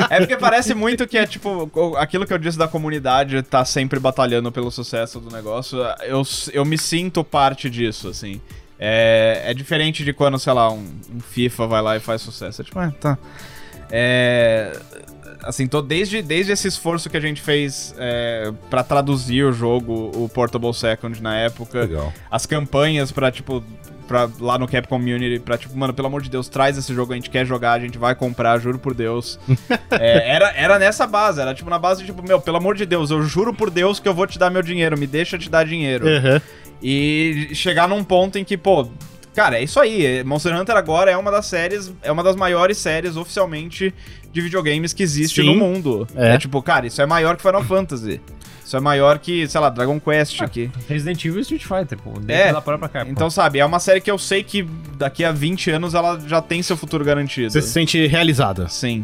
Speaker 2: É porque parece muito que é tipo. co- Aquilo que eu disse da comunidade tá sempre batalhando pelo sucesso do negócio. Eu, s- eu me sinto parte disso, assim. É, é diferente de quando, sei lá, um, um FIFA vai lá e faz sucesso. É tipo, ah, tá. É. Assim, tô desde, desde esse esforço que a gente fez é, para traduzir o jogo, o Portable Second na época,
Speaker 3: Legal.
Speaker 2: as campanhas pra, tipo, pra, lá no Capcom Community, pra, tipo, mano, pelo amor de Deus, traz esse jogo, a gente quer jogar, a gente vai comprar, juro por Deus. É, era, era nessa base, era, tipo, na base, tipo, meu, pelo amor de Deus, eu juro por Deus que eu vou te dar meu dinheiro, me deixa te dar dinheiro.
Speaker 1: Aham.
Speaker 2: E chegar num ponto em que, pô, cara, é isso aí. é- Monster Hunter agora é uma das séries, é uma das maiores séries oficialmente de videogames que existe
Speaker 1: Sim.
Speaker 2: no mundo.
Speaker 1: É.
Speaker 2: É. tipo, cara, isso é maior que Final Fantasy. Isso é maior que, sei lá, Dragon Quest aqui.
Speaker 4: Resident Evil e Street Fighter, pô. Dentro
Speaker 2: É,
Speaker 4: da própria Capcom.
Speaker 2: Então, sabe, é uma série que eu sei que daqui a 20 anos ela já tem seu futuro garantido.
Speaker 1: Você se sente realizada.
Speaker 2: Sim.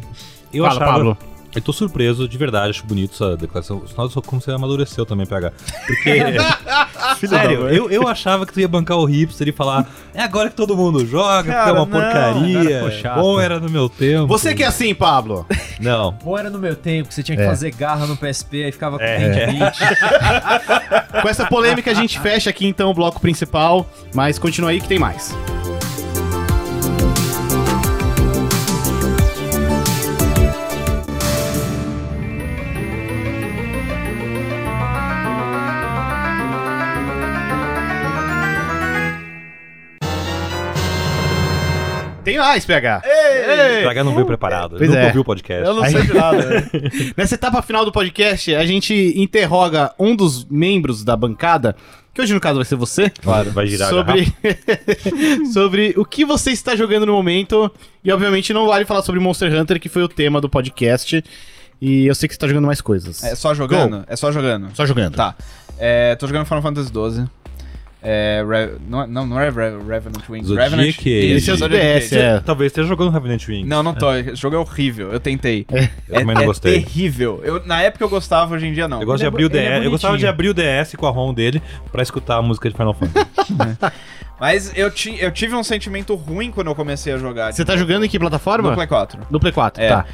Speaker 3: Eu
Speaker 1: Fala,
Speaker 3: achava-
Speaker 1: Pablo.
Speaker 3: Eu tô surpreso, de verdade, acho bonito essa declaração. Sinal de como você amadureceu também, PH. Porque. sério, eu, eu achava que tu ia bancar o hipster e falar. É agora que todo mundo joga,
Speaker 2: Cara,
Speaker 3: porque é uma
Speaker 2: não,
Speaker 3: porcaria.
Speaker 4: agora ficou chato."
Speaker 3: Bom era no meu tempo.
Speaker 1: Você que é assim, Pablo.
Speaker 3: Não.
Speaker 4: Ou era no meu tempo que você tinha que
Speaker 3: É.
Speaker 4: fazer garra no PSP, aí ficava com
Speaker 3: É.
Speaker 4: tendinite.
Speaker 1: Com essa polêmica a gente fecha aqui então o bloco principal, mas continua aí que tem mais. Tem mais, PH.
Speaker 3: O PH não veio preparado.
Speaker 1: Pois
Speaker 3: Ele nunca
Speaker 1: é.
Speaker 3: ouviu o podcast.
Speaker 2: Eu não sei de nada.
Speaker 1: né? Nessa etapa final do podcast, a gente interroga um dos membros da bancada, que hoje no caso vai ser você.
Speaker 3: Claro. Vai girar a
Speaker 1: sobre... sobre o que você está jogando no momento. E obviamente não vale falar sobre Monster Hunter, que foi o tema do podcast. E eu sei que você está jogando mais coisas.
Speaker 2: É só jogando? É só jogando.
Speaker 1: Só jogando.
Speaker 2: Tá. É, tô jogando Final Fantasy XII. É, Re- não, é- não, não é Re- Revenant Wings.
Speaker 3: Zodiac
Speaker 2: Revenant
Speaker 3: Age.
Speaker 1: Esse é o
Speaker 2: Zodiac
Speaker 1: DS,
Speaker 2: Age.
Speaker 1: é.
Speaker 3: Talvez esteja jogando Revenant Wing.
Speaker 2: Não, não tô. Esse jogo é horrível. Eu tentei. É
Speaker 3: Eu também não gostei.
Speaker 2: terrível. Eu, na época eu gostava, hoje em dia não.
Speaker 3: Eu, gosto de
Speaker 4: é- Ele é
Speaker 3: abrir o
Speaker 4: bo- ele é
Speaker 3: DS, eu gostava de
Speaker 4: bonitinho.
Speaker 3: abrir o DS com a ROM dele pra escutar a música de Final Fantasy.
Speaker 2: Mas eu, ti- eu tive um sentimento ruim quando eu comecei a jogar.
Speaker 1: Você tá jogando em que plataforma?
Speaker 2: no Play 4.
Speaker 1: No Play 4,
Speaker 2: É.
Speaker 1: tá.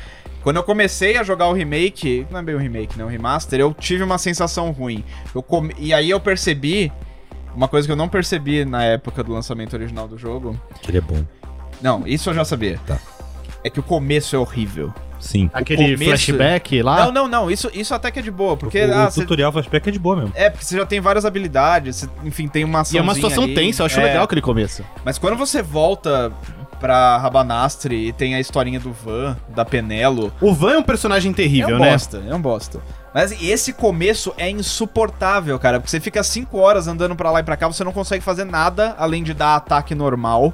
Speaker 2: Quando eu comecei a jogar o remake, não é bem o remake, não, o remaster, eu tive uma sensação ruim. Eu come- E aí eu percebi uma coisa que eu não percebi na época do lançamento original do jogo.
Speaker 3: que ele é bom.
Speaker 2: Não, isso eu já sabia.
Speaker 3: Tá.
Speaker 2: É que o começo é horrível.
Speaker 3: Sim.
Speaker 1: Aquele
Speaker 2: começo-
Speaker 1: flashback lá.
Speaker 2: Não, não, não, isso, isso até que é de boa, porque
Speaker 3: o
Speaker 2: ah,
Speaker 3: o
Speaker 2: cê-
Speaker 3: tutorial flashback é de boa mesmo.
Speaker 2: é porque você já tem várias habilidades, você, enfim, tem uma
Speaker 1: E é uma situação
Speaker 2: ali.
Speaker 1: tensa, eu acho
Speaker 2: É,
Speaker 1: legal aquele começo.
Speaker 2: Mas quando você volta pra Rabanastre e tem a historinha do Van, da Penelo,
Speaker 1: O Van é um personagem terrível,
Speaker 2: é um
Speaker 1: né?
Speaker 2: bosta, é um bosta. Mas esse começo é insuportável, cara, porque você fica 5 horas andando pra lá e pra cá, você não consegue fazer nada além de dar ataque normal.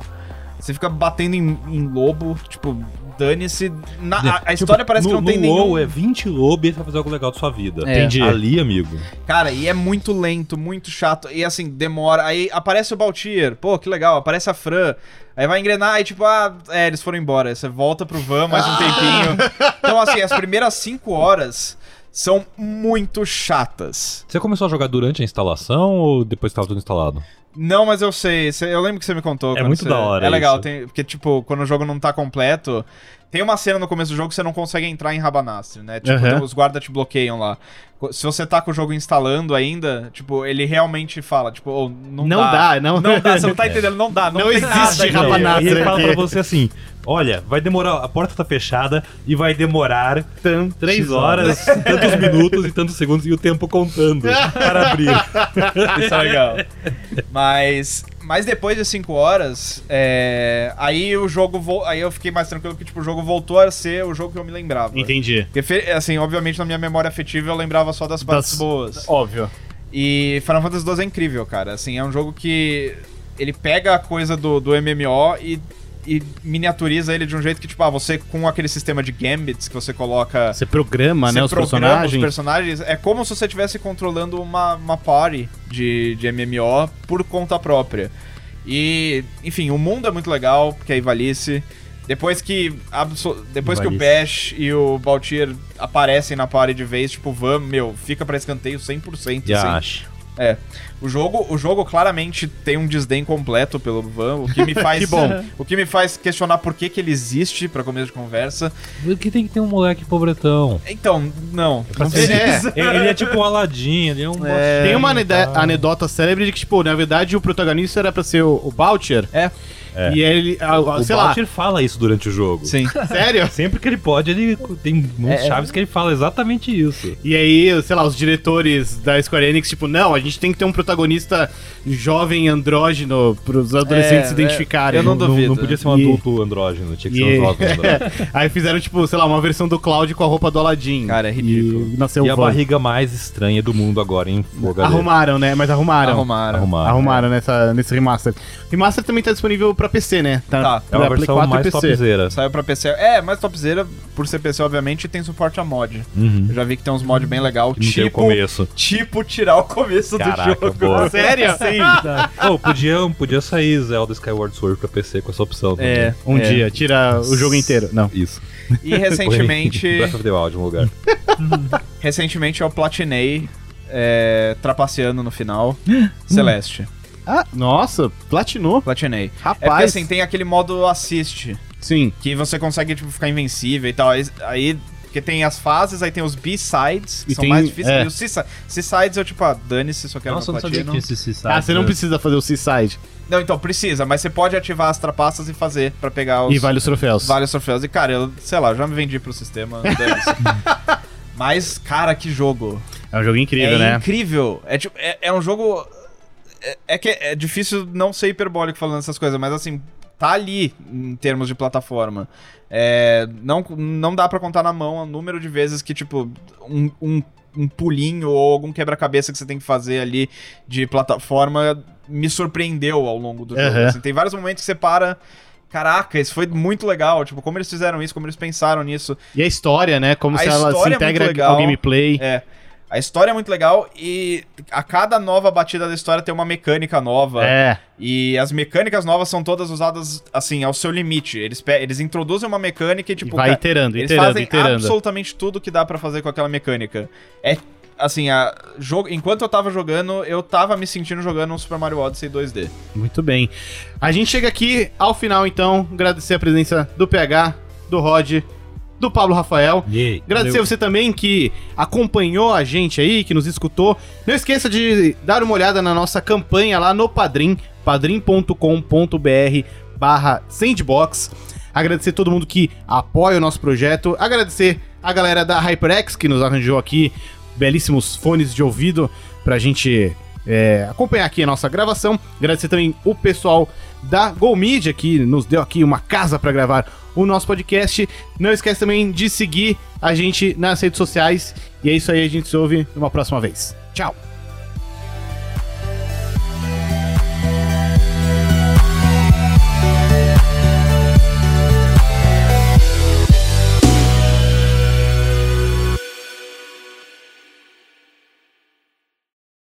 Speaker 2: Você fica batendo em, em lobo, tipo, dane-se. Na- a- a,
Speaker 3: Tipo,
Speaker 2: história parece
Speaker 3: no,
Speaker 2: que não tem
Speaker 3: no WoW
Speaker 2: nenhum.
Speaker 3: é 20 lobo e você vai fazer algo legal da sua vida.
Speaker 2: É.
Speaker 1: Entendi.
Speaker 3: Ali, amigo.
Speaker 2: Cara, e é muito lento, muito chato. E assim, demora. Aí aparece o Baltier, pô, que legal, aparece a Fran. Aí vai engrenar e tipo, ah, é, eles foram embora. Aí Você volta pro van mais um tempinho. Então, assim, as primeiras 5 horas são muito chatas.
Speaker 3: Você começou a jogar durante a instalação ou depois que tava tudo instalado?
Speaker 2: Não, mas eu sei. cê- Eu lembro que você me contou.
Speaker 3: É
Speaker 2: quando
Speaker 3: muito
Speaker 2: você-
Speaker 3: da hora
Speaker 2: É legal,
Speaker 3: isso.
Speaker 2: tem- porque, tipo, quando o jogo não tá completo. Tem uma cena no começo do jogo que você não consegue entrar em Rabanastre, né? Tipo,
Speaker 1: Aham.
Speaker 2: tem- os guardas te bloqueiam lá. Co- Se você tá com o jogo instalando ainda, tipo, ele realmente fala, tipo, "Oh, não,
Speaker 1: Não, dá. não.
Speaker 2: Não dá, você
Speaker 3: É.
Speaker 2: não tá entendendo, não dá, não,
Speaker 1: Não
Speaker 2: tem
Speaker 1: existe
Speaker 2: nada aqui.
Speaker 1: Rabanastre.
Speaker 3: e ele fala
Speaker 1: aqui.
Speaker 3: pra você assim: olha, vai demorar, a porta tá fechada e vai demorar
Speaker 1: Tan-
Speaker 3: três
Speaker 1: X
Speaker 3: horas, tantos minutos e tantos segundos e o tempo contando para abrir.
Speaker 2: Isso é legal. Mas, mas depois de 5 horas, é, aí o jogo. vo- Aí eu fiquei mais tranquilo porque, tipo, o jogo voltou a ser o jogo que eu me lembrava.
Speaker 1: Entendi.
Speaker 2: Porque, fe- assim, obviamente na minha memória afetiva eu lembrava só das partes
Speaker 1: Das-
Speaker 2: boas.
Speaker 1: Óbvio.
Speaker 2: E Final Fantasy II é incrível, cara. Assim, é um jogo que ele pega a coisa do, do MMO e e miniaturiza ele de um jeito que, tipo, ah, você com aquele sistema de gambits que você coloca.
Speaker 1: Você programa, né, os
Speaker 2: programa
Speaker 1: personagens.
Speaker 2: Os personagens. É como se você estivesse controlando uma, uma party de, de MMO por conta própria. E, enfim, o mundo é muito legal, porque aí Valice. Depois que, abso- depois que o Bash e o Baltier aparecem na party de vez, tipo, Van, meu, fica pra escanteio 100%. assim.
Speaker 3: Yash.
Speaker 2: O jogo, o jogo claramente tem um desdém completo pelo Van, o que me faz
Speaker 1: Que bom.
Speaker 2: o que me faz questionar por que, que ele existe pra começo de conversa.
Speaker 3: Por que tem que ter um moleque pobretão?
Speaker 2: Então, não, não
Speaker 1: ser-
Speaker 2: precisa.
Speaker 1: É.
Speaker 3: Ele, ele é tipo um Aladim, ele é um. baixinho,
Speaker 1: Tem uma anede-
Speaker 3: tá?
Speaker 1: anedota célebre de que, tipo, na verdade o protagonista era pra ser o, o Boucher.
Speaker 2: É.
Speaker 3: É.
Speaker 1: E ele, a- a-
Speaker 3: O
Speaker 1: sei
Speaker 3: Boucher fala isso durante o jogo.
Speaker 2: Sim.
Speaker 1: lá, sério?
Speaker 3: Sempre que ele pode, ele tem uns
Speaker 1: É,
Speaker 3: chaves que ele fala exatamente isso.
Speaker 1: E aí, sei lá, os diretores da Square Enix, tipo, não, a gente tem que ter um protagonista jovem andrógeno pros adolescentes se
Speaker 2: é,
Speaker 1: identificarem.
Speaker 2: eu não duvido.
Speaker 3: Não podia ser um
Speaker 1: E-
Speaker 3: adulto andrógeno, tinha que ser
Speaker 1: E-
Speaker 3: um jovem andrógeno.
Speaker 1: Aí fizeram, tipo, sei lá, uma versão do Cloud com a roupa do Aladdin.
Speaker 2: Cara, é ridículo.
Speaker 1: E nasceu
Speaker 3: E
Speaker 1: o
Speaker 3: a
Speaker 1: Van.
Speaker 3: barriga mais estranha do mundo agora, hein? Pô, galera.
Speaker 1: Arrumaram, né? Mas arrumaram.
Speaker 2: Arrumaram.
Speaker 3: Arrumaram.
Speaker 1: Arrumaram nessa, nesse remaster. Remaster também tá disponível pra PC, né?
Speaker 2: Tá,
Speaker 3: É
Speaker 1: pra
Speaker 3: uma
Speaker 1: Play
Speaker 3: versão
Speaker 1: 4 e
Speaker 3: mais
Speaker 1: PC.
Speaker 3: topzera.
Speaker 2: Saiu pra PC. É, mas topzera, por ser PC, obviamente, tem suporte a mod.
Speaker 3: Uhum.
Speaker 2: Eu já vi que tem uns mods bem legal,
Speaker 3: Não tem o
Speaker 2: tipo,
Speaker 3: começo.
Speaker 2: tipo tirar o começo
Speaker 3: Caraca,
Speaker 2: do jogo.
Speaker 3: boa.
Speaker 1: Sério? Sim.
Speaker 3: Pô, podia, podia sair Zelda Skyward Sword pra PC com essa opção.
Speaker 2: É,
Speaker 3: também.
Speaker 1: Um
Speaker 2: é.
Speaker 1: dia, tira o jogo inteiro. Não.
Speaker 3: Isso.
Speaker 2: E recentemente,
Speaker 3: Breath of the Wild, um lugar.
Speaker 2: recentemente eu platinei é, trapaceando no final Celeste.
Speaker 1: Ah, nossa, platinou.
Speaker 2: Platinei. É porque
Speaker 1: Rapaz.
Speaker 2: assim, tem aquele modo assist,
Speaker 1: Sim.
Speaker 2: que você consegue tipo, ficar invencível e tal. Aí, aí porque tem as fases, aí tem os B-sides, que
Speaker 1: E
Speaker 2: são
Speaker 1: tem-
Speaker 2: mais difíceis.
Speaker 1: é.
Speaker 2: E os C-si- C-sides eu, tipo, ah, dane-se, só quero
Speaker 4: Nossa, eu
Speaker 2: meu
Speaker 4: não sabia que
Speaker 2: platino.
Speaker 4: tinha esse site.
Speaker 1: Ah, você
Speaker 3: né?
Speaker 1: não precisa fazer o Seaside.
Speaker 2: Não, então, precisa, mas você pode ativar as trapaças e fazer pra pegar os
Speaker 1: E vale os troféus.
Speaker 2: vários troféus. E, cara, eu, sei lá, eu já me vendi pro sistema. dane-se. mas, cara, que jogo.
Speaker 1: É um jogo incrível,
Speaker 2: é
Speaker 1: né?
Speaker 2: incrível. É, tipo, é, é um jogo... É, é que é difícil não ser hiperbólico falando essas coisas, mas assim, tá ali em termos de plataforma. É, não, não dá pra contar na mão o número de vezes que, tipo, um, um, um pulinho ou algum quebra-cabeça que você tem que fazer ali de plataforma me surpreendeu ao longo do jogo.
Speaker 1: Aham.
Speaker 2: assim. tem vários momentos que você para... Caraca, isso foi muito legal. Tipo, como eles fizeram isso, como eles pensaram nisso.
Speaker 1: E a história, né? Como
Speaker 2: A
Speaker 1: se ela se
Speaker 2: história é
Speaker 1: integra
Speaker 2: muito
Speaker 1: ao
Speaker 2: legal.
Speaker 1: gameplay.
Speaker 2: É. A história é muito legal e a cada nova batida da história tem uma mecânica nova.
Speaker 1: É.
Speaker 2: E as mecânicas novas são todas usadas, assim, ao seu limite. Eles, pe- eles introduzem uma mecânica e,
Speaker 1: E
Speaker 2: tipo,
Speaker 1: vai
Speaker 2: ca-
Speaker 1: iterando,
Speaker 2: eles
Speaker 1: iterando,
Speaker 2: fazem
Speaker 1: iterando.
Speaker 2: absolutamente tudo que dá pra fazer com aquela mecânica. É, assim, a, jogo, enquanto eu tava jogando, eu tava me sentindo jogando um Super Mario Odyssey 2D.
Speaker 1: Muito bem. A gente chega aqui ao final, então. Agradecer a presença do PH, do Rod, do Pablo Rafael.
Speaker 3: Yay.
Speaker 1: Agradecer você também que acompanhou a gente aí, que nos escutou. Não esqueça de dar uma olhada na nossa campanha lá no Padrim, padrim.com.br barra sandbox. Agradecer todo mundo que apoia o nosso projeto. Agradecer a galera da HyperX que nos arranjou aqui belíssimos fones de ouvido pra gente é, acompanhar aqui a nossa gravação. Agradecer também o pessoal da Go Media que nos deu aqui uma casa pra gravar o nosso podcast. Não esquece também de seguir a gente nas redes sociais. E é isso aí, a gente se ouve numa próxima vez. Tchau!